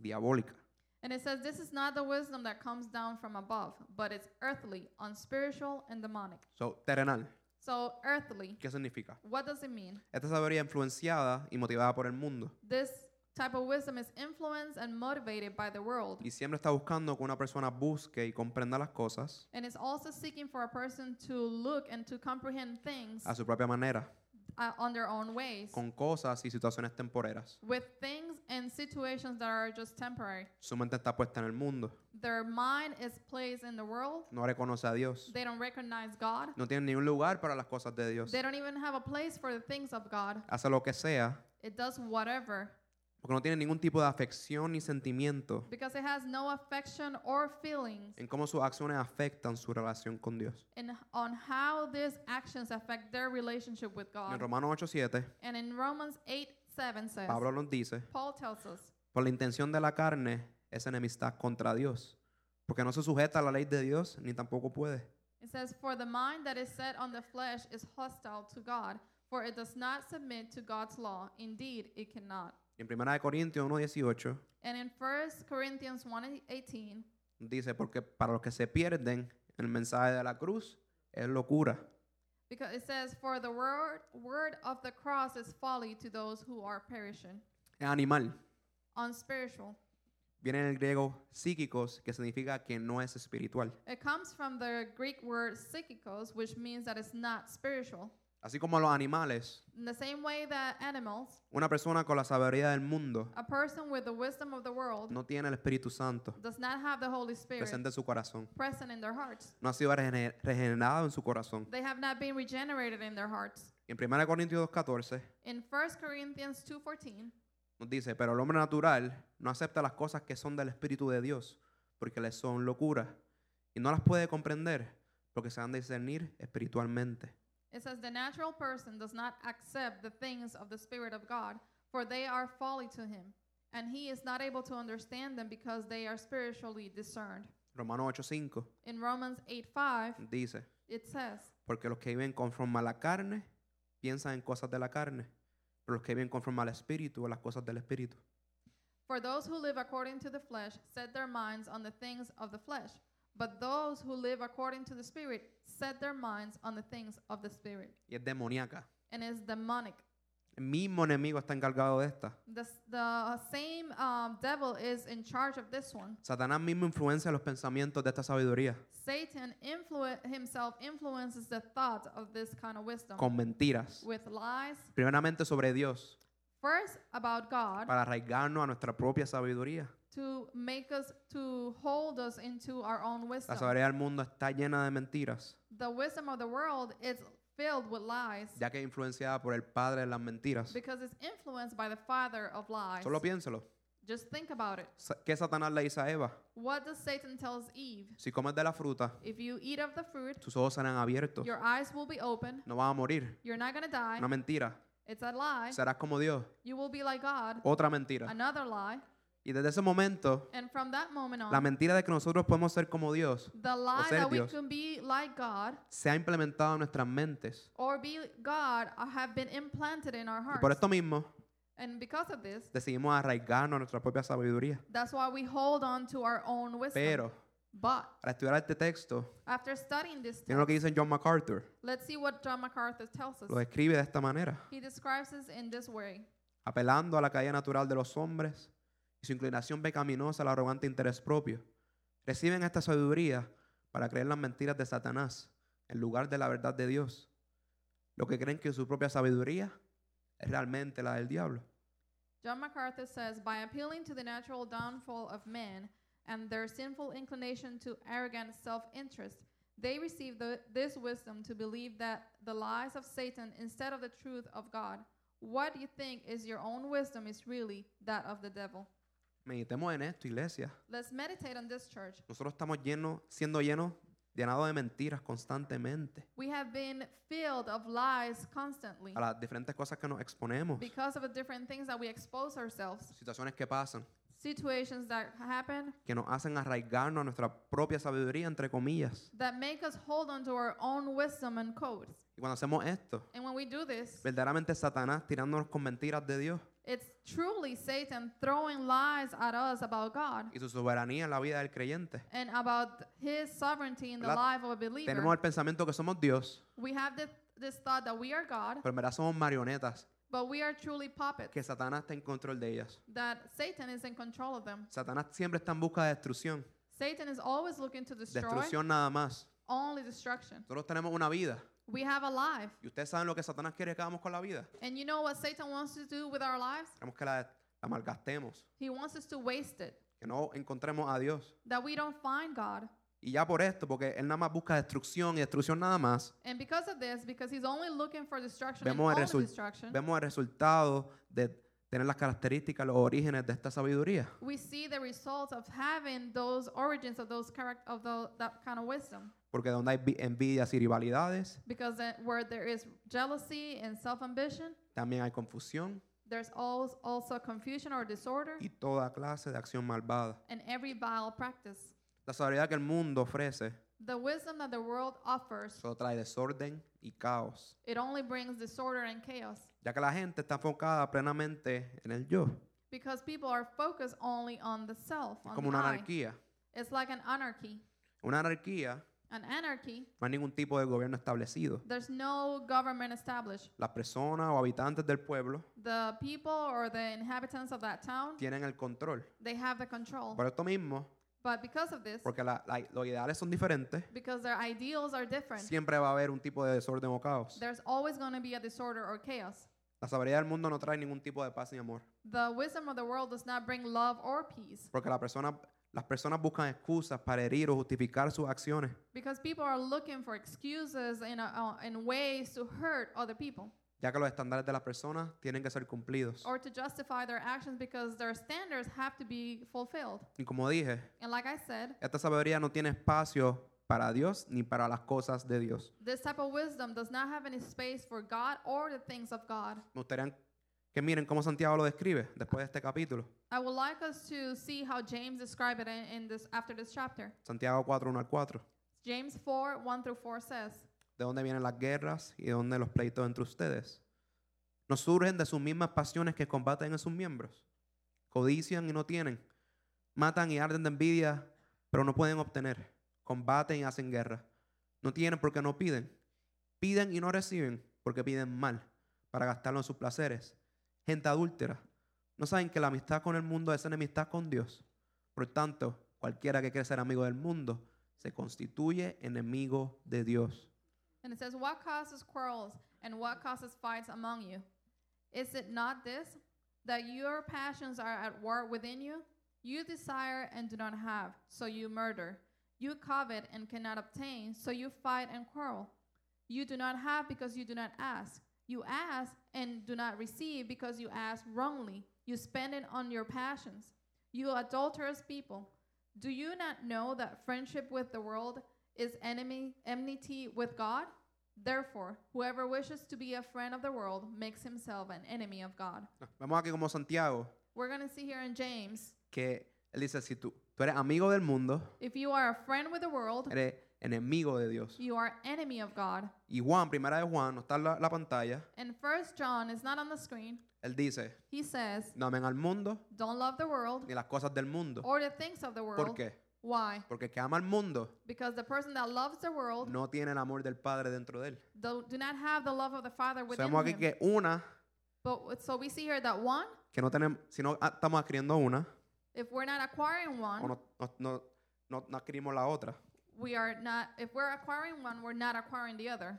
diabólica.
And it says, This is not the wisdom that comes down from above, but it's earthly, unspiritual, and demonic.
So, terrenal,
So, earthly,
¿qué significa?
what does it mean?
Esta sabiduría influenciada y motivada por el mundo
This type of wisdom is influenced and motivated by the world
y siempre está buscando que una persona busque y comprenda las cosas
and is also seeking for a person to look and to comprehend things
a su propia manera,
uh, on their own ways
con cosas y situaciones temporeras.
with things and situations that are just temporary.
Su mente está puesta en el mundo,
Their mind is placed in the world,
no reconoce a Dios,
they don't recognize God,
no tiene ni un lugar para las cosas de Dios.
they don't even have a place for the things of God.
Hace lo que sea
It does whatever
porque no tiene ningún tipo de afección ni sentimiento
because it has no affection or feelings
en cómo sus acciones afectan su relación con Dios.
in, on how these actions affect their relationship with
En
God.
Romanos 8:7,
And in Romans 8 7 says,
Pablo nos dice,
Paul tells us,
por la intención de la carne es enemistad contra Dios, porque no se sujeta a la ley de Dios ni tampoco puede.
it says, For the mind that is set on the flesh is hostile to God, for it does not submit to God's law. Indeed, it cannot.
Y En 1 de Corintios 1:18
And in 1 Corinthians 1 18,
dice, porque para los que se pierden, el mensaje de la cruz es locura,
because it says, For the word, word of the cross is folly to those who are perishing,
es animal.
unspiritual.
Viene en el griego psíquicos, que significa que no es espiritual.
It comes from the Greek word psychikos, which means that it's not spiritual.
Así como los animales,
In the same way that animals,
una persona con la sabiduría del mundo
a person with the wisdom of the world,
no tiene el Espíritu Santo
does not have the Holy Spirit
presente en su corazón.
present in their hearts.
No ha sido regen- regenerado en su corazón.
They have not been regenerated in their hearts.
Y en 1 Corintios 2:14
In 1 Corinthians 2:14,
nos dice, pero el hombre natural no acepta las cosas que son del Espíritu de Dios, porque les son locura, y no las puede comprender, porque se han de discernir espiritualmente.
it says the natural person does not accept the things of the Spirit of God, for they are folly to him, and he is not able to understand them because they are spiritually discerned.
Romanos 8:5
In Romans 8:5,
dice,
it says,
porque los que viven conforme a la carne piensan en cosas de la carne, pero los que viven conforme al Espíritu, en las cosas del Espíritu.
For those who live according to the flesh set their minds on the things of the flesh, but those who live according to the Spirit set their minds on the things of the Spirit.
Y es demoníaca.
And it's demonic.
El mismo enemigo está encargado de esta.
The, s- the same um, devil is in charge of this one.
Satanás mismo influencia los pensamientos de esta sabiduría
Satan influ- himself influences the thoughts of this kind of wisdom
con mentiras.
with lies,
Primeramente sobre Dios,
first about God,
para arraigarnos a nuestra propia sabiduría.
to make us, to hold us into our own
La
wisdom.
sabiduría del mundo está llena de mentiras,
The wisdom of the world is filled with lies.
ya que es influenciada por el padre de las mentiras.
Because it's influenced by the father of lies.
Solo piénselo.
Just think about it.
Sa- ¿Qué Satanás le dice a Eva?
What does Satan tells Eve?
Si comes de la fruta,
If you eat of the fruit,
tus ojos serán abiertos.
your eyes will be open.
No vas a morir.
You're not going to die.
Una mentira.
It's a lie.
Serás como Dios.
You will be like God.
Otra mentira.
Another lie.
Y desde ese momento,
And from that moment
la
on,
mentira de que nosotros podemos ser como Dios
the lie
ser
that we
Dios.
can be like God
se ha implementado en nuestras mentes.
or be God uh, have been implanted in our
Y por
hearts.
esto mismo,
And because of this,
decidimos arraigarnos a nuestra propia sabiduría.
that's why we hold on to our own wisdom.
Pero,
But
al estudiar este texto,
after studying this,
miren lo
text,
que dice John MacArthur.
let's see what John MacArthur tells us.
Lo describe de esta manera.
He describes us in this way
apelando a la caída natural de los hombres y su inclinación pecaminosa al arrogante interés propio. Reciben esta sabiduría para creer las mentiras de Satanás en lugar de la verdad de Dios. Lo que creen que su propia sabiduría es realmente la del diablo.
John MacArthur says, by appealing to the natural downfall of men and their sinful inclination to arrogant self interest, they receive the, this wisdom to believe that the lies of Satan instead of the truth of God. What you think is your own wisdom is really that of the devil.
Meditemos en esto, iglesia.
Let's meditate on this, church.
Nosotros estamos llenos, siendo llenos, llenados de mentiras constantemente
We have been filled of lies constantly
a las diferentes cosas que nos exponemos,
because of the different things that we expose ourselves,
situaciones que pasan,
situations that happen,
que nos hacen arraigarnos a nuestra propia sabiduría, entre comillas.
that make us hold on to our own wisdom and codes.
Y cuando hacemos esto,
And when we do this,
verdaderamente Satanás tirándonos con mentiras de Dios
it's truly Satan throwing lies at us about God
y su soberanía en la vida del creyente.
and about his sovereignty in the
¿Verdad?
life of a
Tenemos
believer.
el pensamiento que somos Dios,
We have this, this thought that we are God,
pero en verdad somos marionetas,
but we are truly puppets,
que Satanás está en control de ellas.
that Satan is in control of them.
Satanás siempre está en busca de destrucción,
Satan is always looking to destroy
destrucción nada más.
only destruction.
Nosotros tenemos una vida
We have a life,
y ustedes saben lo que Satanás quiere que hagamos con la vida.
and you know what Satan wants to do with our lives?
Queremos que la, la malgastemos,
He wants us to waste it,
que no encontremos a Dios.
that we don't find God.
Y ya por esto, porque él nada más busca destrucción y destrucción nada más,
And because of this, because he's only looking for destruction and
Vemos el
only
resul-
destruction,
vemos el resultado de tener las características, los orígenes de esta sabiduría.
we see the result of having those origins of those character of tho- that kind of wisdom
Porque donde hay vi- envidias y rivalidades,
because that where there is jealousy and self-ambition
también hay confusión
there's al- also confusion or disorder
y toda clase de acción malvada.
and every vile practice
La sabiduría que el mundo ofrece
the wisdom that the world offers
solo trae desorden y caos,
it only brings disorder and chaos
ya que la gente está enfocada plenamente en el yo.
because people are focused only on the self
Es
on
como
the
una
I.
anarquía.
it's like an anarchy
Una anarquía
an anarchy
no hay ningún tipo de gobierno establecido.
there's no government established
Las personas o habitantes del pueblo
the people or the inhabitants of that town
tienen el control.
they have the control
Por esto mismo,
but because of this
porque la- la- los ideales son diferentes,
because their ideals are different.
siempre va a haber un tipo de desorden o caos.
There's always going to be a disorder or chaos.
La sabiduría del mundo no trae ningún tipo de paz ni amor,
The wisdom of the world does not bring love or peace
porque la persona, las personas buscan excusas para herir o justificar sus acciones.
because people are looking for excuses and, uh, and ways to hurt other people
ya que los estándares de las personas tienen que ser cumplidos.
or to justify their actions because their standards have to be fulfilled.
Y como dije,
And like I said,
esta sabiduría no tiene espacio para Dios ni para las cosas de Dios.
this type of wisdom does not have any space for God or the things of God.
Me gustaría que miren cómo Santiago lo describe después de este capítulo.
I would like us to see how James described it in, in this after this chapter.
Santiago 4, 1 al 4.
James 4, 1 through 4 says,
De dónde vienen las guerras y de dónde los pleitos entre ustedes. No surgen de sus mismas pasiones que combaten en sus miembros. Codician y no tienen. Matan y arden de envidia, pero no pueden obtener. Combaten y hacen guerra. No tienen porque no piden. Piden y no reciben porque piden mal, para gastarlo en sus placeres. Gente adúltera. No saben que la amistad con el mundo es enemistad con Dios. Por tanto, cualquiera que quiere ser amigo del mundo se constituye enemigo de Dios.
And it says, What causes quarrels and what causes fights among you? Is it not this, that your passions are at war within you? You desire and do not have, so you murder. You covet and cannot obtain, so you fight and quarrel. You do not have because you do not ask. You ask and do not receive because you ask wrongly. You spend it on your passions. You adulterous people, do you not know that friendship with the world is enemy enmity with God? Therefore, whoever wishes to be a friend of the world makes himself an enemy of God.
Vemos aquí como Santiago,
We're going to see here in James,
que él dice, si tú, tú eres amigo del mundo,
if you are a friend with the world,
eres enemigo de Dios.
you are enemy of God.
Y Juan, primera de Juan, no está en la, la pantalla,
And First John is not on the screen.
él dice,
He says,
no amen al mundo
"Don't love the world
ni las cosas del mundo.
or the things of the
¿Por
world."
qué?
Why?
Porque el que ama al mundo
Because the person that loves the world
no tiene el amor del Padre dentro de él.
do, do not have the love of the Father within
Sabemos aquí
him.
que una,
But so we see here that one,
que no tenemos, si no ah, estamos adquiriendo una,
if we're not acquiring one,
o no, no, no, no- no adquirimos la otra.
we are not if we're acquiring one we're not acquiring the other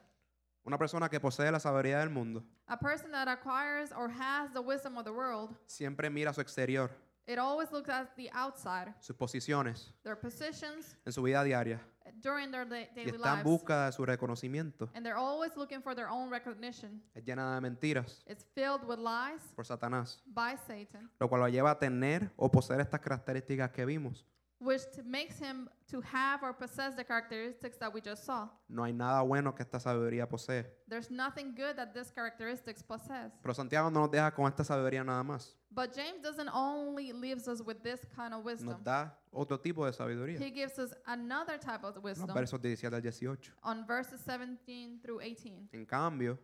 Una persona que posee la sabiduría del mundo
a person that acquires or has the wisdom of the world
siempre mira su exterior,
it always looks at the outside
sus posiciones
their positions
en su vida diaria
during their da-
y
daily
está en
lives
busca de su reconocimiento.
and they're always looking for their own recognition
es llena de mentiras
it's filled with lies
por Satanás,
by satan
lo cual lo lleva a tener o poseer estas características que vimos.
which t- makes him to have or possess the characteristics that we just saw
No hay nada bueno que esta sabiduría posee.
there's nothing good that these characteristics possess
Pero Santiago no nos deja con esta sabiduría nada más.
but james doesn't only leaves us with this kind of wisdom
Nos da otro tipo de sabiduría.
he gives us another type of
Los
wisdom
versos 17 al 18.
on verses 17 through 18.
En cambio,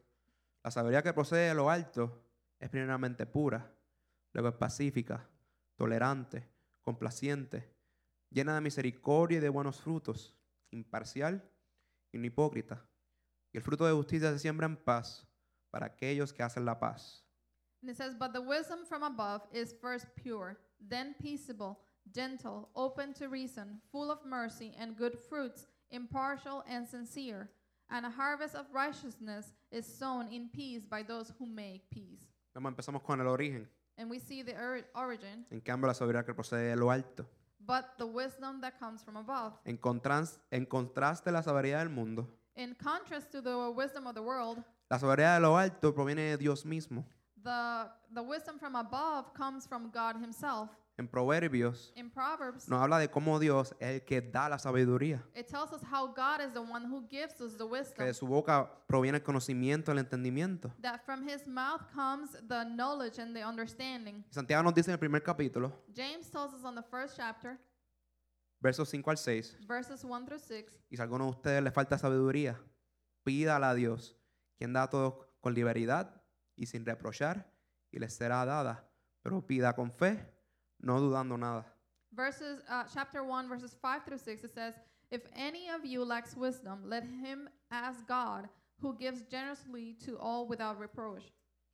la sabiduría que procede de lo alto es primeramente pura, luego es pacífica, tolerante, complaciente, llena de misericordia y de buenos frutos, imparcial y no hipócrita. Y el fruto de justicia se siembra en paz para aquellos que hacen la paz.
And it says, But the wisdom from above is first pure, then peaceable, gentle, open to reason, full of mercy and good fruits, impartial and sincere. And a harvest of righteousness is sown in peace by those who make peace.
Vamos, empezamos con el origen.
And we see the ori- origin,
En cambio, la sabiduría que procede de lo alto.
but the wisdom that comes from above.
En, contras- en contraste a la sabiduría del mundo,
In contrast to the wisdom of the world,
la sabiduría de lo alto proviene de Dios mismo.
The, the wisdom from above comes from God Himself.
En Proverbios
In Proverbs,
nos habla de cómo Dios es el que da la sabiduría,
it tells us how God is the one who gives us
que
the wisdom.
de su boca proviene el conocimiento, el entendimiento.
That from His mouth comes the knowledge and the understanding.
Santiago nos dice en el primer capítulo,
James tells us on the first chapter,
versos 5 al 6,
verses 1 through 6,
y si a alguno de ustedes le falta sabiduría, pídala a Dios, quien da a todos con liberalidad y sin reprochar, y les será dada, pero pida con fe, no dudando nada.
verses uh, chapter 1 verses 5 through 6 it says if any of you lacks wisdom let him ask god who gives generously to all without reproach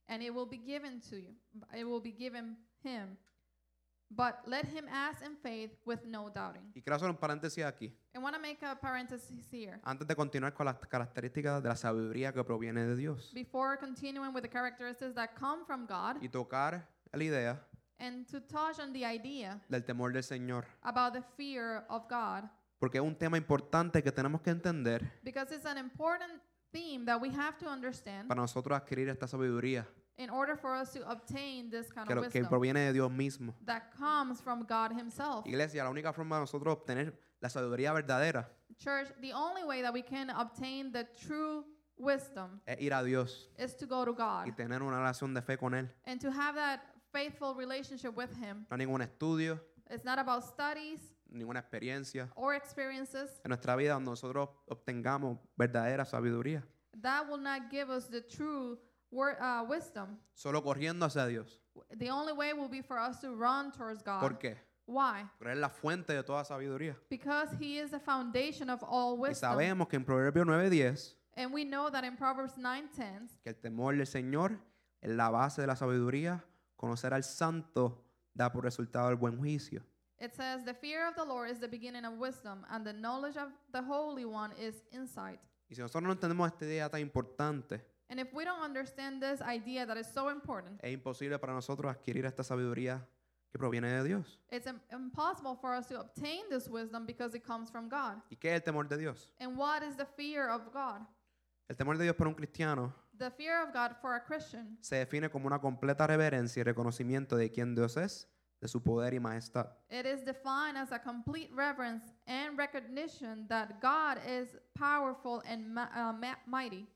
and it will be given to you it will be given him but let him ask in faith with no doubting
Y quiero hacer un paréntesis aquí,
i want to make a parenthesis here
antes de continuar con las características de la sabiduría que proviene de Dios,
before continuing with the characteristics that come from god
y tocar la idea
and to touch on the idea
del temor del Señor,
about the fear of god
porque es un tema importante que tenemos que entender
because it's an important theme that we have to understand
para nosotros adquirir esta sabiduría
in order for us to obtain this kind
que,
of
lo- que
wisdom
proviene de Dios mismo.
that comes from God Himself.
Iglesia, la única forma de nosotros obtener la sabiduría verdadera
Church, the only way that we can obtain the true wisdom
es ir a Dios
is to go to God
y tener una relación de fe con Él.
and to have that faithful relationship with Him.
No hay ningún estudio,
It's not about studies
ninguna experiencia
or experiences.
en nuestra vida donde nosotros obtengamos verdadera sabiduría.
That will not give us the true wor- uh, wisdom.
Solo corriendo hacia Dios.
The only way will be for us to run towards God.
¿Por qué?
Why?
Porque Él es la fuente de toda sabiduría.
Because He is the foundation of all
Y
wisdom.
sabemos que en Proverbios 9:10,
And we know that in Proverbs 9:10,
que el temor del Señor es la base de la sabiduría. Conocer al santo da por resultado el buen juicio.
It says, The fear of the Lord is the beginning of wisdom, and the knowledge of the Holy One is insight.
Y si nosotros no entendemos esta idea tan importante,
And if we don't understand this idea that is so important,
es imposible para nosotros adquirir esta sabiduría que proviene de Dios.
it's im- impossible for us to obtain this wisdom because it comes from God.
¿Y qué es el temor de Dios?
And what is the fear of God?
El temor de Dios para un cristiano
The fear of God for a Christian
se define como una completa reverencia y reconocimiento de quién Dios es, de su poder y majestad.
it is defined as a complete reverence and recognition that God is powerful and ma- uh, ma- mighty.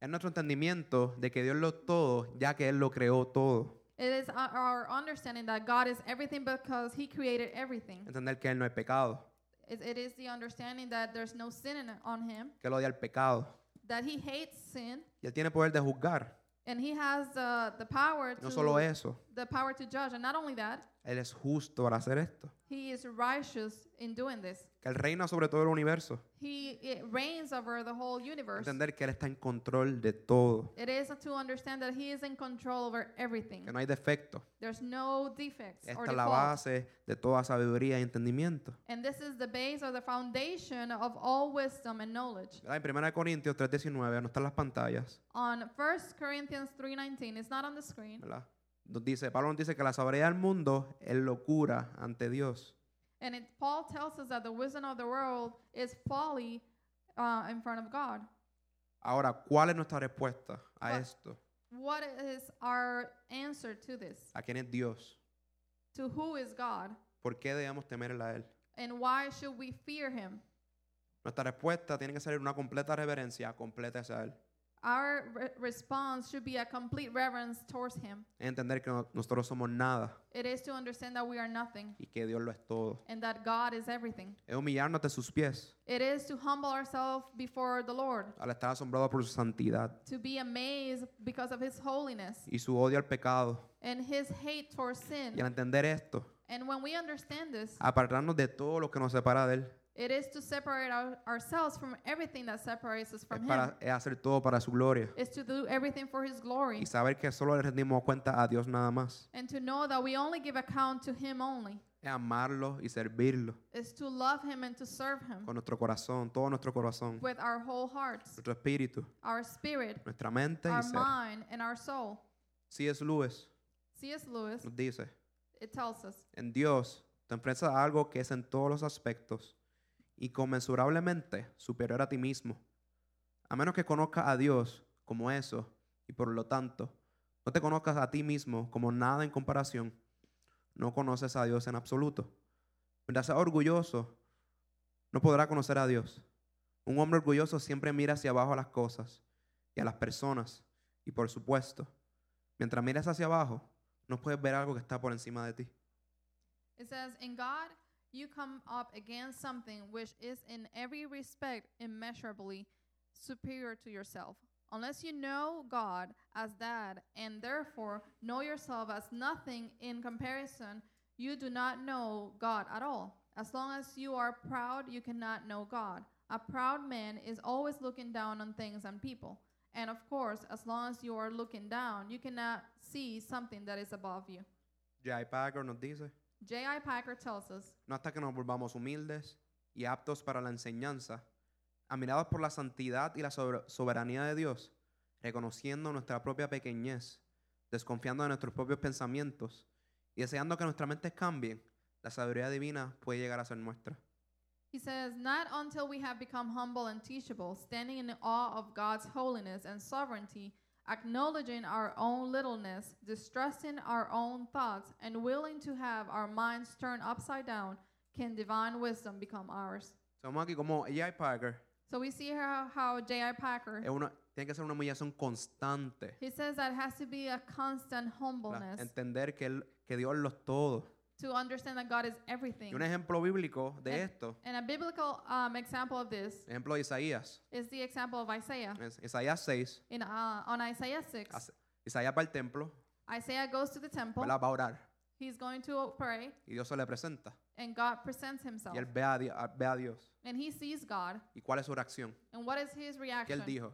Es nuestro entendimiento de que Dios lo es todo, ya que Él lo creó todo.
It is our- our understanding that God is everything because He created everything.
Entender que Él no hay pecado,
It, it is the understanding that there's no sin in, on him,
que Él odia el pecado.
that he hates sin,
Y Él tiene poder de juzgar.
and he has uh, the power
Y
to
No solo eso,
the power to judge. And not only that,
Él es justo para hacer esto.
he is righteous in doing this.
Que Él reina sobre todo el universo.
He it reigns over the whole universe.
Entender que Él está en control de todo.
It is to understand that he is in control over everything.
Que no hay defecto.
There's no defects
Esta
or
es la
defaults.
base de toda sabiduría y entendimiento.
And this is the base or the foundation of all wisdom and knowledge.
¿Verdad? En 1 Corintios 3.19, no están las pantallas,
On 1 Corinthians 3:19, it's not on the screen.
¿verdad? Nos dice, Pablo nos dice que la sabiduría del mundo es locura ante Dios.
And it, Paul tells us that the wisdom of the world is folly uh, in front of God.
Ahora, ¿cuál es nuestra respuesta a
Cuál-
esto?
What is our answer to this?
¿A quién es Dios?
To who is God?
¿Por qué debemos temerle a Él?
And why should we fear him?
Nuestra respuesta tiene que ser una completa reverencia, completa hacia Él.
Our re- response should be a complete reverence towards him.
Es entender que no- nosotros somos nada
It is to understand that we are nothing
y que Dios lo es todo.
and that God is everything.
Es humillarnos ante sus pies
It is to humble ourselves before the Lord,
al estar asombrado por su santidad
to be amazed because of his holiness
y su odio al pecado.
and his hate towards
Y al
sin.
entender esto,
And when we understand this,
apartarnos de todo lo que nos separa de Él.
It is to separate our, ourselves from everything that separates us
es,
from Him.
para, es hacer todo para su gloria.
Is to do everything for His glory
Y saber que solo le rendimos cuenta a Dios nada más.
and to know that we only give account to Him only.
Es amarlo y servirlo
Is to love Him and to serve Him
con nuestro corazón, todo nuestro corazón,
with our whole hearts,
nuestro espíritu,
our spirit,
nuestra mente y
our
ser.
mind, and our soul.
C.S. Lewis
C.S. Lewis,
nos dice,
it tells us
en Dios te enfrentas a algo que es en todos los aspectos y conmensurablemente superior a ti mismo. A menos que conozcas a Dios como eso y por lo tanto No te conozcas a ti mismo como nada en comparación. No conoces a Dios en absoluto. Mientras seas orgulloso, no podrá conocer a Dios. Un hombre orgulloso siempre mira hacia abajo a las cosas y a las personas. Y por supuesto, mientras miras hacia abajo, no puedes ver algo que está por encima de ti.
It says, In God, you come up against something which is in every respect immeasurably superior to yourself. Unless you know God as that and therefore know yourself as nothing in comparison, you do not know God at all. As long as you are proud, you cannot know God. A proud man is always looking down on things and people. And of course, as long as you are looking down, you cannot see something that is above you.
J.I. Packer nos dice,
J.I. Packer tells us
no hasta que nos volvamos humildes y aptos para la enseñanza, admirados por la santidad y la sobre- soberanía de Dios, reconociendo nuestra propia pequeñez, desconfiando de nuestros propios pensamientos y deseando que nuestras mentes cambien, la sabiduría divina puede llegar a ser nuestra.
He says, Not until we have become humble and teachable, standing in awe of God's holiness and sovereignty, acknowledging our own littleness, distrusting our own thoughts, and willing to have our minds turned upside down, can divine wisdom become ours.
Estamos aquí como J.I. Packer,
So we see how, how J.I. Packer,
es una- tiene que ser una humillación constante,
he says that has to be a constant
¿verdad?
humbleness
entender que, él- que Dios lo es todo.
to understand that God is
Y
everything.
un ejemplo bíblico de
Eh.
esto,
And a biblical um, example of this
ejemplo de Isaías,
is the example of Isaiah.
es Isaías 6,
In, uh, on Isaiah 6,
hace- Isaías va al templo,
Isaiah goes to the temple.
¿verdad? va a orar
He's going to pray,
y Dios se le presenta.
and God presents himself.
Y él ve a, Di- a- ve a Dios.
And he sees God.
¿Y cuál es su reacción?
And what is his
Que él
reaction?
dijo,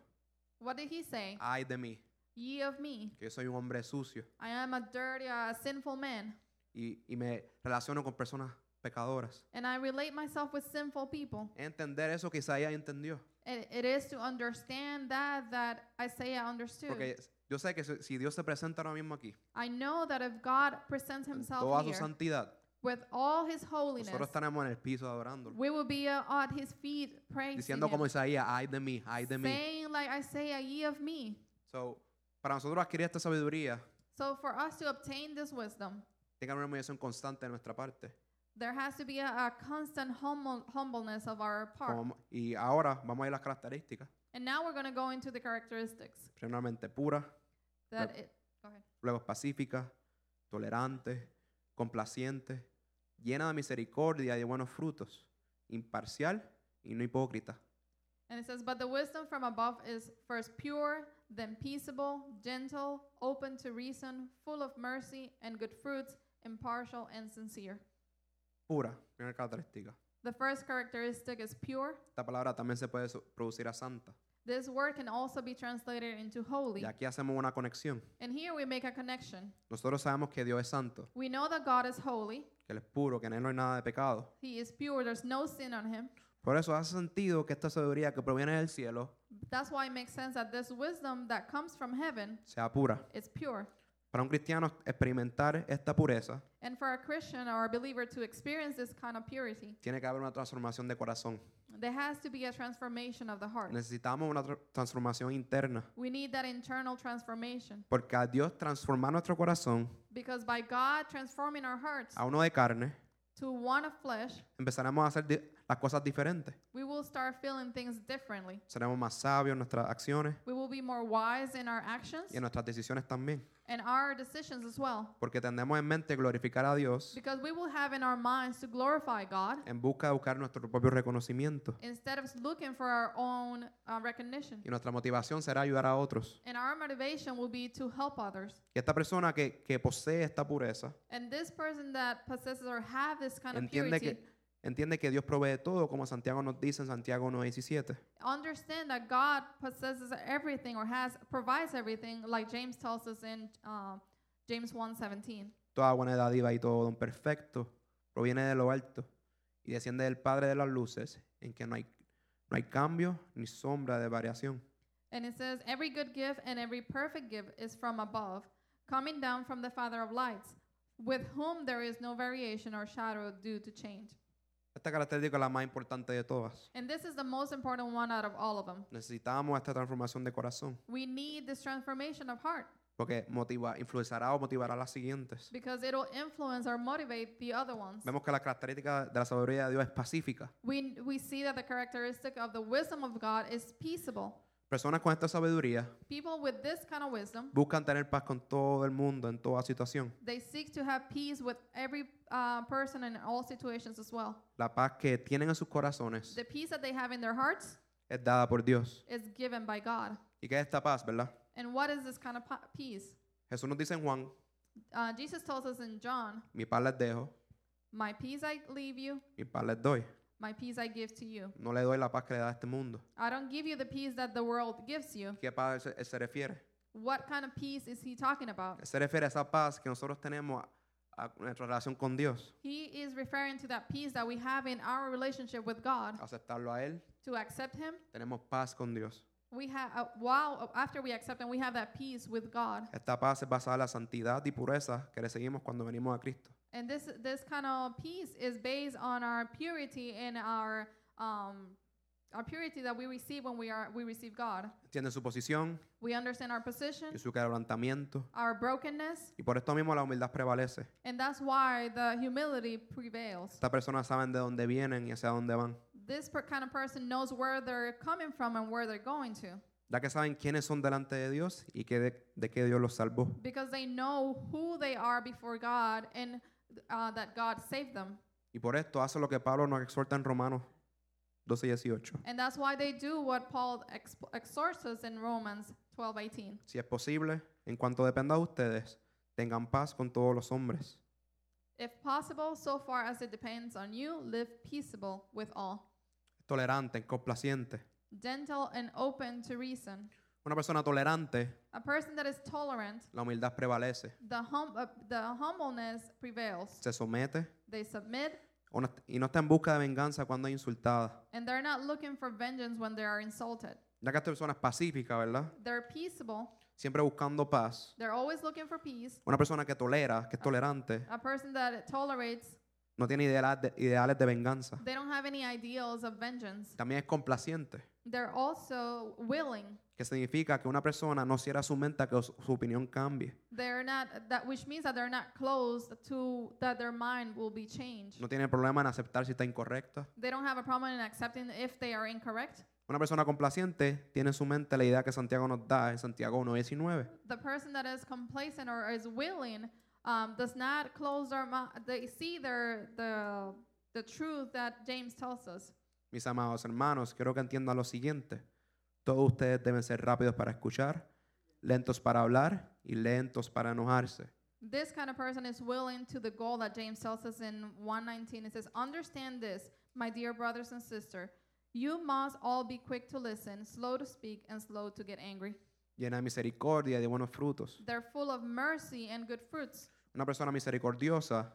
What did he say?
ay de mí,
Ye of me,
que yo soy un hombre sucio
I am a dirty, uh, sinful man,
y, y me relaciono con personas pecadoras.
and I relate myself with sinful people.
Entender eso que Isaías entendió.
It, it is to understand that that Isaiah understood.
Porque yo sé que si si Dios se presenta ahora mismo aquí,
I know that if God presents
en
himself
toda su
here
santidad,
with all his holiness,
nosotros estaremos en el piso adorándolo.
we will be uh, at his feet praising
Diciendo como
him,
Isaías, ay de mí, ay de mí.
saying like Isaiah, ye of me.
So, para nosotros adquirir esta sabiduría,
So for us to obtain this wisdom,
tiene que haber una humillación constante de nuestra parte.
There has to be a, a constant humble, humbleness of our part.
Como- y ahora vamos a ir a las características.
and now we're going to go into the characteristics
Primeramente pura,
that
Yep.
it, go ahead.
luego es pacífica, tolerante, complaciente, llena de misericordia y de buenos frutos, imparcial y no hipócrita.
And it says, but the wisdom from above is first pure, then peaceable, gentle, open to reason, full of mercy and good fruits, impartial and sincere.
Pura, primera característica.
The first characteristic is pure.
Esta palabra también se puede so- producir a santa.
This word can also be translated into holy.
Y aquí hacemos una conexión.
And here we make a connection.
Nosotros sabemos que Dios es santo,
We know that God is holy.
que Él es puro, que en Él no hay nada de pecado.
He is pure. There's no sin on him.
Por eso hace sentido que esta sabiduría que proviene del cielo
That's why it makes sense that this wisdom that comes from heaven
sea pura.
is pure.
Para un cristiano experimentar esta pureza,
And for a Christian or a believer to experience this kind of purity,
tiene que haber una transformación de corazón.
there has to be a transformation of the heart.
Necesitamos una tra- transformación interna.
We need that internal transformation
Porque a Dios transformar nuestro corazón
because by God transforming our hearts
a uno de carne,
to one of flesh,
empezaremos a hacer di- las cosas diferentes.
we will start feeling things differently.
Seremos más sabios en nuestras acciones
We will be more wise in our actions
y en nuestras decisiones también.
and our decisions as well
Porque tendremos en mente glorificar a Dios
because we will have in our minds to glorify God
en busca de buscar nuestro propio reconocimiento.
instead of looking for our own uh, recognition.
Y nuestra motivación será ayudar a otros.
And our motivation will be to help others.
Y esta persona que, que posee esta pureza
And this person that possesses or have this kind of
entiende
purity
que, entiende que Dios provee todo, como Santiago nos dice en Santiago 1.17.
understand that God possesses everything or has provides everything, like James tells us in uh, James 1:17.
Toda buena dádiva y todo don perfecto proviene de lo alto y desciende del Padre de las luces, en que no hay, no hay cambio ni sombra de variación.
And it says, "Every good gift and every perfect gift is from above, coming down from the Father of lights, with whom there is no variation or shadow due to change."
Esta característica es la más importante de todas.
And this is the most important one out of all of them.
Necesitamos esta transformación de corazón,
We need this transformation of heart
porque motiva, influenciará o motivará las siguientes.
because it'll influence or motivate the other ones.
Vemos que la característica de la sabiduría de Dios es pacífica.
We, we see that the characteristic of the wisdom of God is peaceable.
Personas con esta sabiduría
People with this kind of wisdom,
buscan tener paz con todo el mundo en toda situación.
they seek to have peace with every uh, person in all situations as well.
La paz que tienen en sus corazones
The peace that they have in their hearts
es dada por Dios.
is given by God.
¿Y qué es esta paz, verdad?
And what is this kind of pa- peace?
Jesús nos dice en Juan,
Uh, Jesus tells us in John,
mi paz les dejo,
My peace I leave you,
mi paz les doy.
my peace I give to you.
No le doy la paz que le da este mundo.
I don't give you the peace that the world gives you.
¿Qué paz él se- él se refiere?
What kind of peace is he talking about?
Él se refiere a esa paz que nosotros tenemos a, a nuestra relación con Dios.
He is referring to that peace that we have in our relationship with God.
Aceptarlo a Él,
To accept him,
tenemos paz con Dios.
we have uh, while after we accept him, we have that peace with God.
Esta paz es basada en la santidad y pureza que le seguimos cuando venimos a Cristo.
And this this kind of peace is based on our purity and our um our purity that we receive when we are we receive God.
Entienden su posición
We understand our position,
y su quebrantamiento.
our brokenness,
Y por esto mismo la humildad prevalece.
and that's why the humility prevails.
Estas personas saben de dónde vienen y hacia dónde van.
This per- kind of person knows where they're coming from and where they're going to
Ya que saben quiénes son delante de Dios y que de, de qué Dios los salvó.
because they know who they are before God and uh, that God saved them.
Y por esto hace lo que Pablo nos exhorta en Romanos 12 y 18.
And that's why they do what Paul ex- exhorts us in Romans 12:18.
Si es posible, en cuanto dependa de ustedes, tengan paz con todos los hombres.
If possible, so far as it depends on you, live peaceable with all,
Tolerante, complaciente.
gentle and open to reason.
Una persona tolerante,
A person that is tolerant,
la humildad prevalece.
the hum- uh, the humbleness prevails.
Se somete
They submit
o no est- y no está en busca de venganza cuando es insultada.
and they're not looking for vengeance when they are insulted.
Ya que esta persona es pacífica, ¿verdad?
They're peaceable.
Siempre buscando paz.
They're always looking for peace.
Una persona que tolera, que es tolerante,
A person that tolerates,
no tiene ideales de, ideales de venganza.
they don't have any ideals of vengeance.
También es complaciente,
They're also willing.
que significa que una persona no cierra su mente a que su, su opinión cambie.
They're not that which means that they're not closed to that their mind will be changed.
No tiene problema en aceptar si está incorrecta.
They don't have a problem in accepting if they are incorrect.
Una persona complaciente tiene en su mente la idea que Santiago nos da en Santiago 1.19.
The person that is complacent or is willing um, does not close their mind. They see their the the truth that James tells us.
Mis amados hermanos, quiero que entiendan lo siguiente. Todos ustedes deben ser rápidos para escuchar, lentos para hablar y lentos para enojarse.
This kind of person is willing to the goal that James tells us in 119. It says, Understand this, my dear brothers and sister. You must all be quick to listen, slow to speak, and slow to get angry.
Llena de misericordia y de buenos frutos.
They're full of mercy and good fruits.
Una persona misericordiosa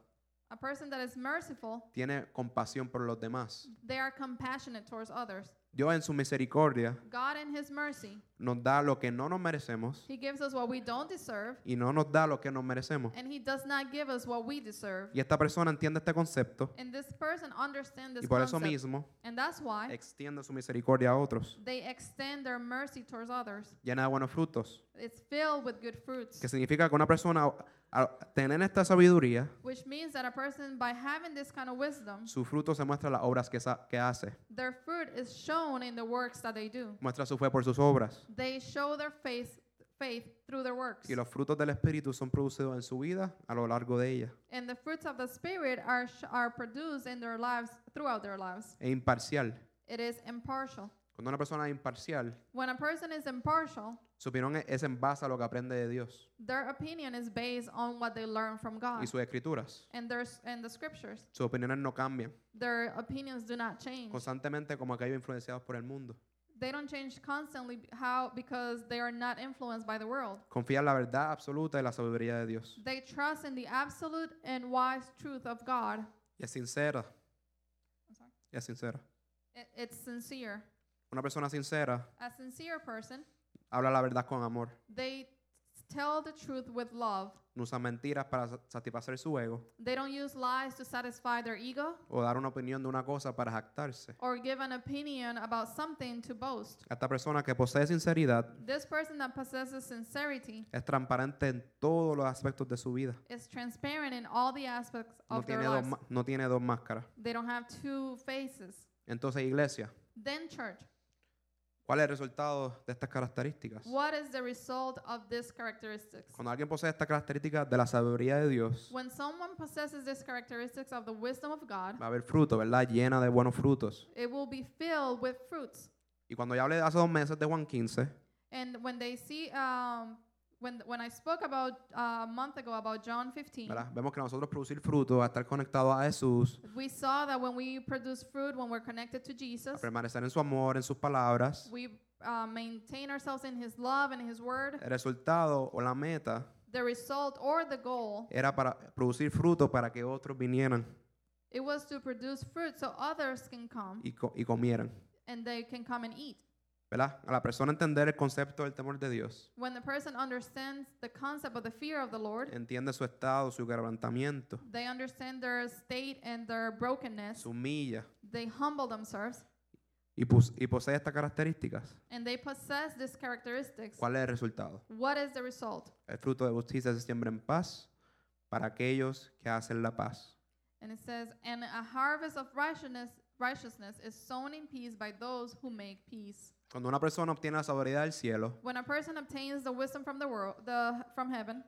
A person that is merciful,
tiene compasión por los demás.
they are compassionate towards others.
Dios en su misericordia
God, in His mercy,
nos da lo que no nos merecemos
He gives us what we don't deserve,
y no nos da lo que nos merecemos.
and He does not give us what we deserve.
Y esta persona entiende este concepto
And this person understands
y
this
por eso
concept,
mismo
and that's why
extiende su misericordia a otros.
they extend their mercy towards others.
Llena de buenos frutos.
It's filled with good fruits.
que significa que una persona al tener esta sabiduría,
Which means that a person, by having this kind of wisdom,
su fruto se muestra en las obras que, sa- que hace.
their fruit is shown in the works that they do.
Muestra su fe por sus obras.
They show their faith, faith through their works.
Y los frutos del Espíritu son producidos en su vida a lo largo de ella.
And the fruits of the Spirit are, sh- are produced in their lives throughout their lives.
Es imparcial.
It is impartial.
Cuando una persona es imparcial,
When a person is impartial,
su opinión es- es en base a lo que aprende de Dios
their opinion is based on what they learn from
y
God
sus escrituras.
and, their, s- and the scriptures.
Sus opiniones no cambian.
Their opinions do not change.
Constantemente como aquellos influenciados por el mundo.
They don't change constantly b- how because they are not influenced by the world.
Confía en la verdad absoluta y la sabiduría de Dios.
They trust in the absolute and wise truth of God.
Y es sincera.
sorry.
Y es sincera.
I- It's sincere.
Una persona sincera
A sincere person,
habla la verdad con amor.
they s- tell the truth with love.
No usan mentiras para sa- satisfacer su ego
They don't use lies to satisfy their ego
o dar una opinión de una cosa para jactarse.
or give an opinion about something to boast.
Esta persona que posee sinceridad
This person that possesses sincerity
es transparente en todos los aspectos de su vida.
is transparent in all the aspects
No
of their
tiene, dos,
lives.
ma- no tiene dos máscaras.
They don't have two faces.
Entonces, iglesia,
Then, church,
¿cuál es el resultado de estas características?
what is the result of these characteristics?
Cuando alguien posee estas características de la sabiduría de Dios,
When someone possesses these characteristics of the wisdom of God,
va a haber fruto, ¿verdad? Llena de buenos frutos.
it will be filled with fruits.
Y cuando ya hablé hace dos meses de Juan 15,
And when they see, um, when when I spoke about uh, a month ago about John 15,
¿verdad? Vemos que nosotros producir fruto, a estar conectados a Jesús,
we saw that when we produce fruit, when we're connected to
a
Jesus,
permanecer en su amor, en sus palabras,
we uh, maintain ourselves in His love and His Word.
el resultado o la meta
The result or the goal,
era para producir fruto para que otros vinieran
it was to produce fruit so others can come
y, co- y comieran.
and they can come and eat.
¿Verdad? A la persona entender el concepto del temor de Dios,
When the person understands the concept of the fear of the Lord,
entiende su estado, su quebrantamiento,
they understand their state and their brokenness.
su humilla
They humble themselves
y, pos- y posee estas características,
and they possess these characteristics.
¿cuál es el resultado?
What is the result?
El fruto de justicia se siembra en paz para aquellos que hacen la paz.
And it says, "And a harvest of righteousness, righteousness is sown in peace by those who make peace."
Cuando una persona obtiene la sabiduría del cielo,
When a person obtains the wisdom from the world, the from heaven,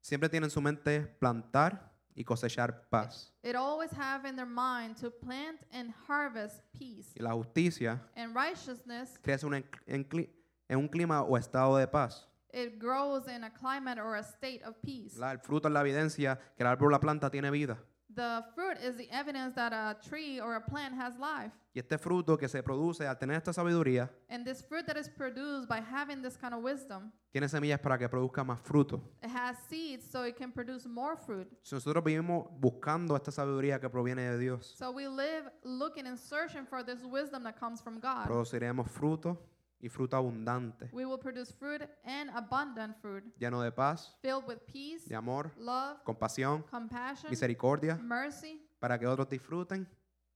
siempre tiene en su mente plantar y cosechar paz.
it always have in their mind to plant and harvest peace.
Y la justicia
And righteousness,
crece un en, en cli- en un clima o estado de paz.
it grows in a climate or a state of peace.
¿verdad? El fruto es la evidencia que el árbol o la planta tiene vida.
The fruit is the evidence that a tree or a plant has life.
Y este fruto que se produce al tener esta sabiduría
And this fruit that is produced by having this kind of wisdom,
tiene semillas para que produzca más fruto.
it has seeds so it can produce more fruit.
Si nosotros vivimos buscando esta sabiduría que proviene de Dios,
So we live looking and searching for this wisdom that comes from God.
produciremos fruto y fruto abundante,
We will produce fruit and abundant fruit,
lleno de paz,
filled with peace,
de amor,
love,
compasión,
compassion,
misericordia,
mercy,
para que otros disfruten,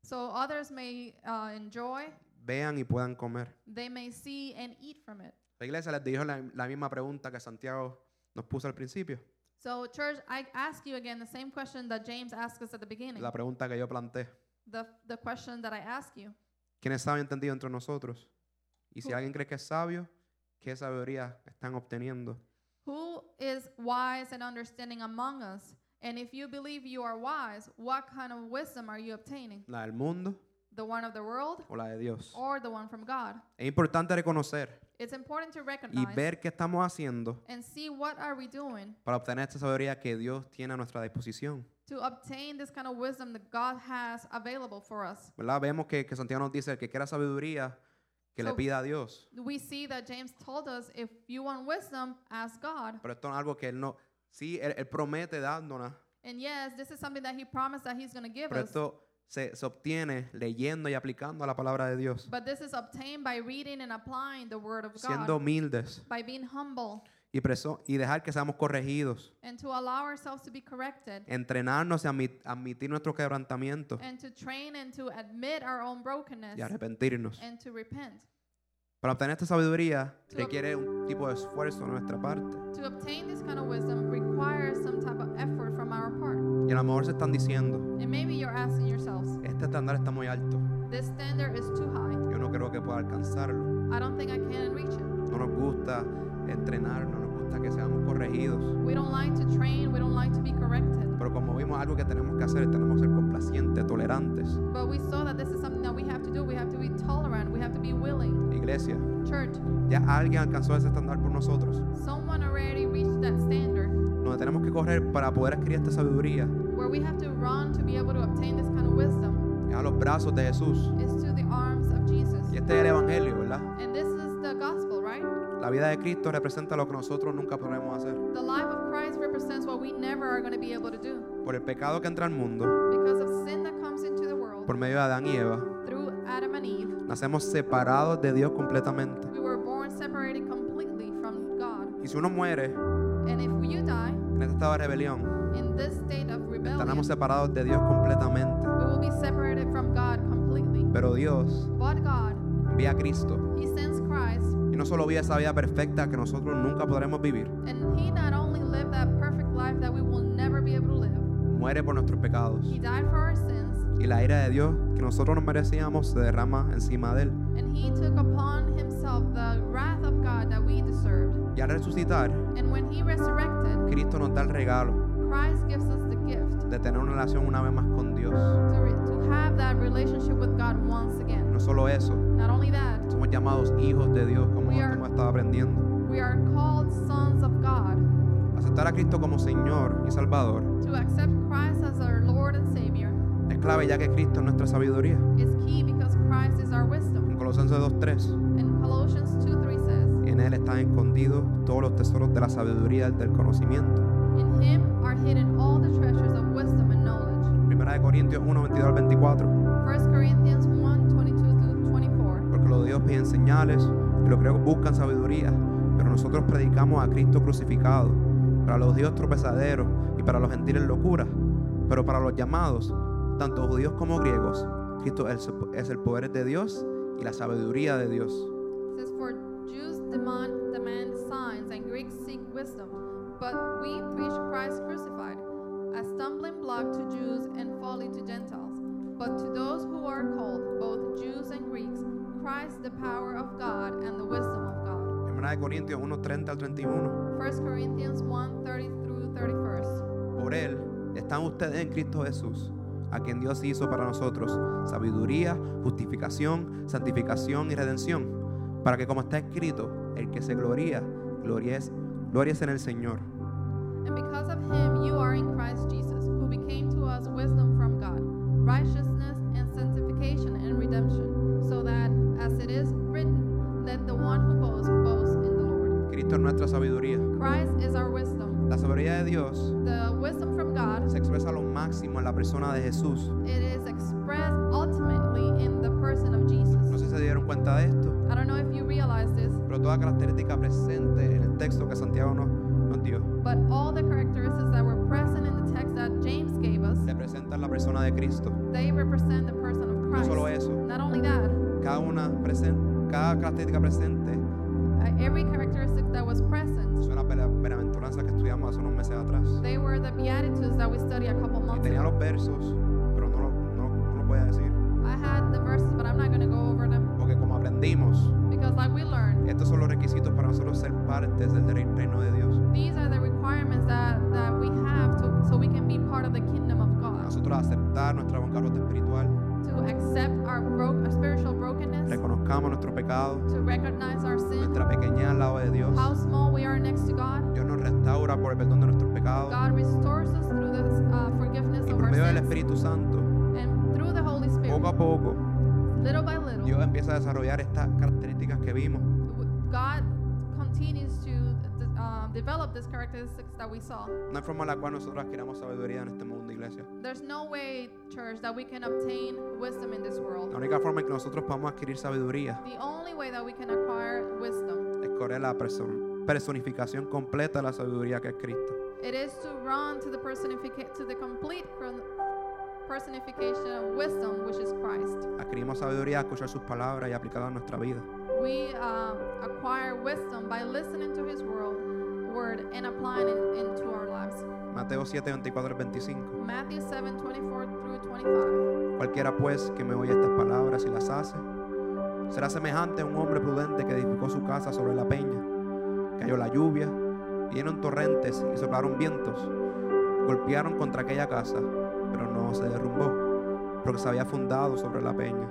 so others may uh, enjoy,
vean y puedan comer.
they may see and eat from it.
La iglesia les dijo la, la misma pregunta que Santiago nos puso al principio,
So, church, I ask you again the same question that James asked us at the beginning.
la pregunta que yo planteé.
The, the question that I ask you.
¿Quién es sabio y entendido entre nosotros? Y si
Who-
alguien cree que es sabio, ¿qué sabiduría están obteniendo?
Who is wise and understanding among us? And if you believe you are wise, what kind of wisdom are you obtaining?
¿La del mundo
The one of the world
o la de Dios?
or the one from God?
Es importante reconocer
It's important to
y
recognize
ver qué estamos haciendo
and see what are we doing
para obtener esta sabiduría que Dios tiene a nuestra disposición.
to obtain this kind of wisdom that God has available for us.
¿Verdad? Vemos que, que Santiago nos dice, el que quiera sabiduría, que le
So-
pida a Dios.
We see that James told us if you want wisdom, ask God.
Pero esto es algo que Él no... Sí, Él, él promete dándonos,
And yes, this is something that he promised that he's going to give
pero
us.
esto se, se obtiene leyendo y aplicando a la palabra de Dios.
But this is obtained by reading and applying the word of
Siendo
God,
humildes
by being humble
y, preso- y dejar que seamos corregidos.
and to allow ourselves to be corrected
entrenarnos y admit- admitir nuestro quebrantamiento
and to train and to admit our own brokenness
y arrepentirnos.
and to repent.
Para obtener esta sabiduría
To-
requiere un tipo de esfuerzo de nuestra parte.
To obtain this kind of wisdom requires some type of effort from our part.
Y a lo mejor se están diciendo,
And maybe you're asking yourselves,
este estándar está muy alto,
This standard is too high.
yo no creo que pueda alcanzarlo.
I don't think I can reach it.
No nos gusta entrenar, no nos gusta que seamos corregidos.
We don't like to train, we don't like to be corrected.
Pero como vimos algo que tenemos que hacer, tenemos que ser complacientes, tolerantes.
But we saw that this is something that we have to do. We have to be tolerant, we have to be willing.
Iglesia,
Church,
ya alguien alcanzó ese estándar por nosotros.
someone already reached that standard
Donde tenemos que correr para poder adquirir esta sabiduría
where we have to run to be able to obtain this kind of wisdom
es a los brazos de Jesús.
is to the arms of Jesus.
Y este es el Evangelio, ¿verdad?
And this is the gospel, right?
La vida de Cristo representa lo que nosotros nunca podremos hacer.
The life of Christ represents what we never are going to be able to do
Por el pecado que entra al mundo,
because of sin that comes into the world
por medio de Adán y Eva,
through Adam and Eve.
nacemos separados de Dios completamente.
We were born separated completely from God.
Y si uno muere,
And if you die
En este estado de rebelión,
in this state of rebellion,
estaremos separados de Dios completamente.
we will be separated from God completely.
Pero Dios
But God,
envía a Cristo.
He sends Christ,
Y no solo vive esa vida perfecta que nosotros nunca podremos vivir,
and He not only lived that perfect life that we will never be able to live,
muere por nuestros pecados.
He died for our sins,
Y la ira de Dios que nosotros nos merecíamos se derrama encima de Él.
and He took upon Himself the wrath of God that we deserved.
Y al resucitar,
And when He resurrected,
Cristo nos da el regalo
Christ gives us the gift
de tener una relación una vez más con Dios.
to, re- to have that relationship with God once
Y
again.
no solo eso,
Not only that,
somos llamados hijos de Dios, como
We are-
hemos estado aprendiendo.
we are called sons of God.
Aceptar a Cristo como Señor y Salvador
To accept Christ as our Lord and Savior
es clave ya que Cristo es nuestra sabiduría.
is key because Christ is our wisdom.
En Colosenses 2.3,
And Colossians 2 3 says,
en Él están escondidos todos los tesoros de la sabiduría y del conocimiento.
In Him are hidden all the treasures of wisdom and knowledge.
Primera de Corintios 1, 22 al 24.
1 Corinthians 1 22 through 24.
Porque los dios piden señales y los griegos buscan sabiduría, pero nosotros predicamos a Cristo crucificado. Para los dios tropezaderos y para los gentiles locura, pero para los llamados, tanto judíos como griegos, Cristo es el- es el poder de Dios y la sabiduría de Dios.
It says, For Jews demand, demand signs and Greeks seek wisdom, but we preach Christ crucified, a stumbling block to Jews and folly to Gentiles. But to those who are called, both Jews and Greeks, Christ the power of God and the wisdom of God.
Primera de Corintios 1, 30 al 31.
1 Corinthians 1 30 through 31st.
Por él están ustedes en Cristo Jesús, a quien Dios hizo para nosotros sabiduría, justificación, santificación y redención, para que como está escrito, el que se gloría, gloria es, gloria es en el Señor.
And because of him, you are in Christ Jesus, who became to us wisdom from God, righteousness and sanctification and redemption, so that, as it is written, let the one who boasts boast in the Lord.
Cristo es nuestra sabiduría.
Christ is our wisdom.
La sabiduría de Dios
The wisdom from God,
se expresa a lo máximo en la persona de Jesús.
it is expressed ultimately in the person of
No
Jesus.
sé si se dieron cuenta de esto,
I don't know if you realize this,
pero toda característica presente en el texto que Santiago nos, nos dio
but all the characteristics that were present in the text that James gave us,
representan la persona de Cristo.
they represent the person of
No solo
Christ.
eso,
Not only that,
cada una presen- cada característica presente
uh, every characteristic that was present.
Es una pera- bienaventuranza que estudiamos hace unos meses atrás.
They were the Beatitudes that we studied a couple
Y
months
tenía
ago.
los versos, pero no, lo- no, no lo voy a decir.
I had the verses, but I'm not going to go over them
Porque como aprendimos,
because, like we learned,
estos son los requisitos para nosotros ser partes del rei- reino de Dios.
these are the requirements that, that we have to, so we can be part of the kingdom of God.
Nosotros aceptar nuestra bancarrota espiritual,
To accept our, bro- our spiritual brokenness,
reconozcamos nuestro pecado,
to recognize our sin,
nuestra pequeña al lado de Dios.
how small we are next to God.
Dios nos restaura por el perdón de nuestros pecados.
God restores us through the uh, forgiveness
Y
of
por
our
medio del
sins
Espíritu Santo,
and through the Holy
poco
Spirit,
a poco,
little by little.
Dios empieza a desarrollar estas características que vimos.
God continues to um, develop these characteristics that we saw.
Una forma en la cual nosotros adquiramos sabiduría en este mundo, iglesia.
There's no way, church, that we can obtain wisdom in this
La
world.
única forma en que nosotros podamos adquirir sabiduría
The only way that we can acquire wisdom
es correr la person- personificación completa de la sabiduría que es Cristo.
it is to run to the personification to the complete cron- personification of wisdom, which is Christ.
Adquirimos sabiduría, escuchar sus palabras y aplicarla a nuestra vida.
We um, acquire wisdom by listening to His world, word and applying it into our lives.
Mateo 7, 24 al 25.
Matthew 7, 24 through 25.
Cualquiera pues que me oye estas palabras y las hace, será semejante a un hombre prudente que edificó su casa sobre la peña. Cayó la lluvia, vinieron torrentes y soplaron vientos. Golpearon contra aquella casa, pero no se derrumbó, porque se había fundado sobre la peña.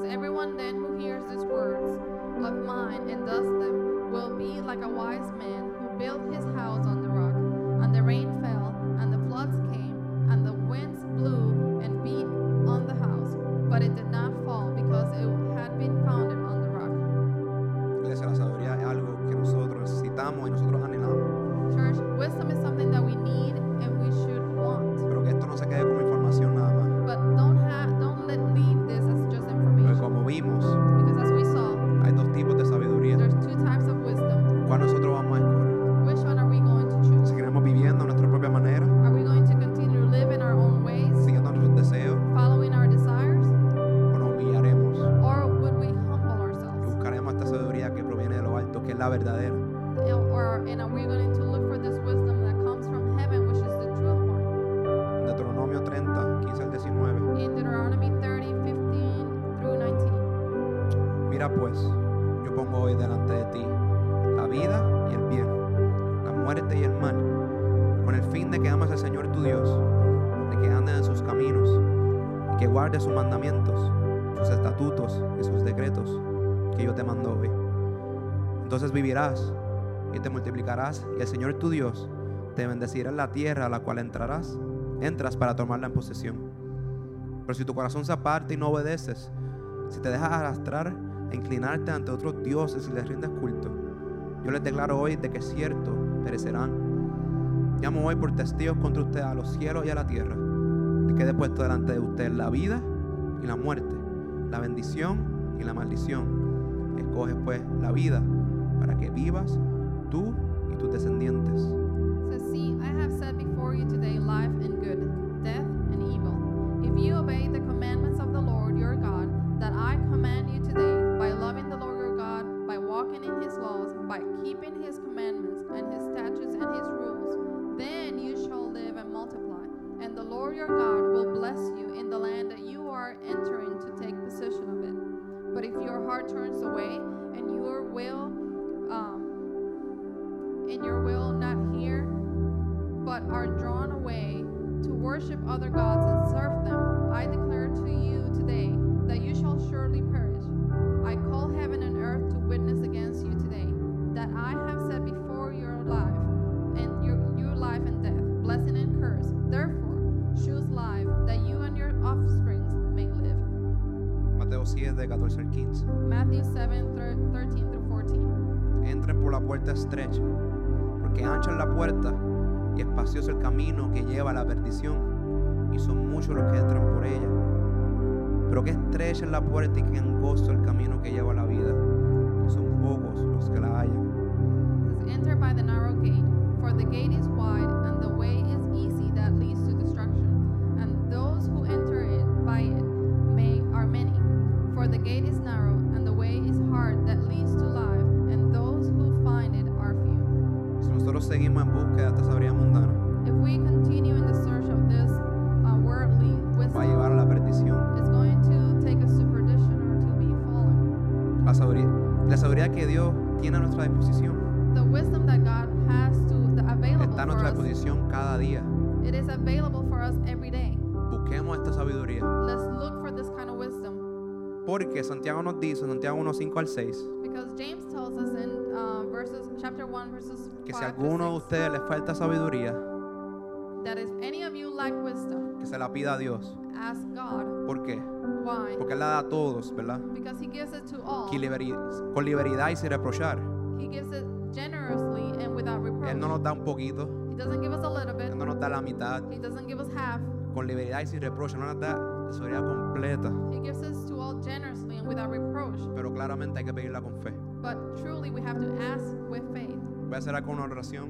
Says everyone then who hears these words of mine and does them will be like a wise man who built his house on the rock. And the rain fell, and the floods came, and the winds blew and beat on the house, but it did not fall because it had been founded on the rock.
Iglesia, la sabiduría es algo que nosotros necesitamos y nosotros anhelamos.
Church, wisdom is something that we need and we should want,
Pero que esto no se quede como información nada más.
but don't have, don't let leave this as just
Porque
information.
como vimos,
Because as we saw,
hay dos tipos de sabiduría.
there's two types of wisdom.
¿Cuál nosotros vamos a escoger?
Which one are we going to
pues la verdadera.
And- or and are we going to look for this wisdom that comes from heaven, which is the true one?
Deuteronomio 30, 15 al 19.
In Deuteronomy 30, 15 through 19.
Mira pues, yo pongo hoy delante de ti la vida y el bien, la muerte y el mal, con el fin de que ames al Señor tu Dios, de que andes en sus caminos, y que guardes sus mandamientos, sus estatutos y sus decretos que yo te mando hoy. Entonces vivirás y te multiplicarás, y el Señor tu Dios te bendecirá en la tierra a la cual entrarás, entras para tomarla en posesión. Pero si tu corazón se aparta y no obedeces, si te dejas arrastrar e inclinarte ante otros dioses y les rindes culto, yo les declaro hoy de que es cierto perecerán. Llamo hoy por testigos contra usted a los cielos y a la tierra, de que he puesto delante de usted la vida y la muerte, la bendición y la maldición. Escoge pues la vida para que vivas tú y tus descendientes.
It says, See, I have set before you today life and good, death and evil. If you obey the commandments of the Lord your God, that I command you today, by loving the Lord your God, by walking in his laws, by keeping his commandments and his statutes and his rules, then you shall live and multiply. And the Lord your God will bless you in the land that you are entering to take possession of it. But if your heart turns away and your will, um, and your will not hear, but are drawn away to worship other gods and serve them, I declare to you today that you shall surely perish. I call heaven and earth to witness against you today that I have set before your life and your, your life and death, blessing and curse. Therefore, choose life that you and your offspring may live.
Mateo 7, 14 al 15.
Matthew 7 thir- 13 through 14.
entren por la puerta estrecha, porque ancha es la puerta y espacioso el camino que lleva a la perdición, y son muchos los que entran por ella. Pero que estrecha es la puerta y que angosto el camino que lleva a la vida, y son pocos los que la hallan.
is enter by the narrow gate, for the gate is wide and the way is easy that leads to destruction, and those who enter it by it may are many. For the gate is narrow and the way is hard that leads to life, and those who find it are few.
Si nosotros seguimos en búsqueda de esta sabiduría mundana,
If we continue in the search of this uh, worldly
va a
wisdom,
llevar a la perdición.
it's going to take us to perdition or to be fallen.
La sabiduría, la sabiduría que Dios tiene a nuestra disposición
The wisdom that God has to the available
está a
for
nuestra
us,
disposición cada día.
it is available for us every day.
Busquemos esta sabiduría.
Let's look for this kind of wisdom
Porque Santiago nos dice, Santiago 1, 5 al 6,
because James tells us in uh, verses chapter 1 verses
que si a
5
alguno de
to 6,
ustedes les falta sabiduría,
that if any of you lack wisdom
que se la pida a Dios.
ask God
¿Por qué?
why
Porque Él la da a todos, ¿verdad?
because he gives it to all
Con liberi- Con liberidad y sin reprochar.
he gives it generously and without reproach
Él no nos da un poquito,
he doesn't give us a little bit
Él no nos da la mitad.
he doesn't give us half
Con liberidad y sin reproche, no nos da la seguridad completa.
he gives us to all generously and without reproach
Pero claramente hay que pedirla con fe.
but truly we have to ask with faith
Voy a hacer acá una oración.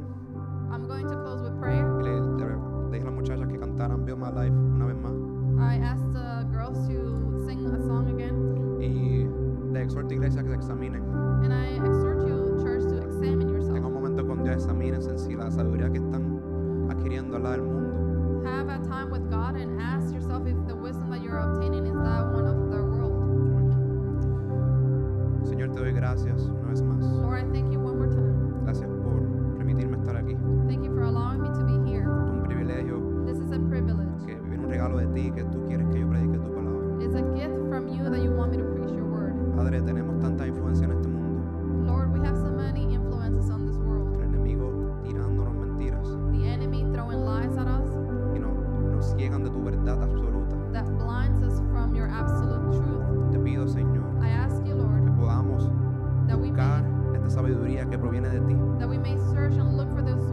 I'm going to close with prayer
Y le, le- le dije a las muchachas que cantaran Build My Life una vez más.
I asked the girls to sing a song again
Y le exhorto a iglesia que se examinen.
and I exhort you church to examine yourself
Tenga un momento con Dios, examínense en sí la sabiduría que están adquiriendo al lado del mundo.
Have a time with God and ask yourself if the wisdom that you're obtaining is that one of the world.
Señor, te doy gracias una vez más.
Lord, I thank you one more time.
Gracias por permitirme estar aquí.
Thank you for allowing me to be here.
Es un privilegio
This is a privilege.
que viene un regalo de ti, que tú quieres que yo predique tu palabra.
It's a gift from you that you want me to preach your word.
Padre, tenemos tanta influencia en este mundo.
Lord, we have so many influences on this world.
El enemigo tirándonos mentiras
The enemy throwing lies at us
y no- nos ciegan de tu verdad absoluta.
that blinds us from your absolute truth.
Te pido, Señor,
I ask
que
you, Lord,
podamos
that we may
buscar esta sabiduría que proviene de ti
that we may search and look for this
este,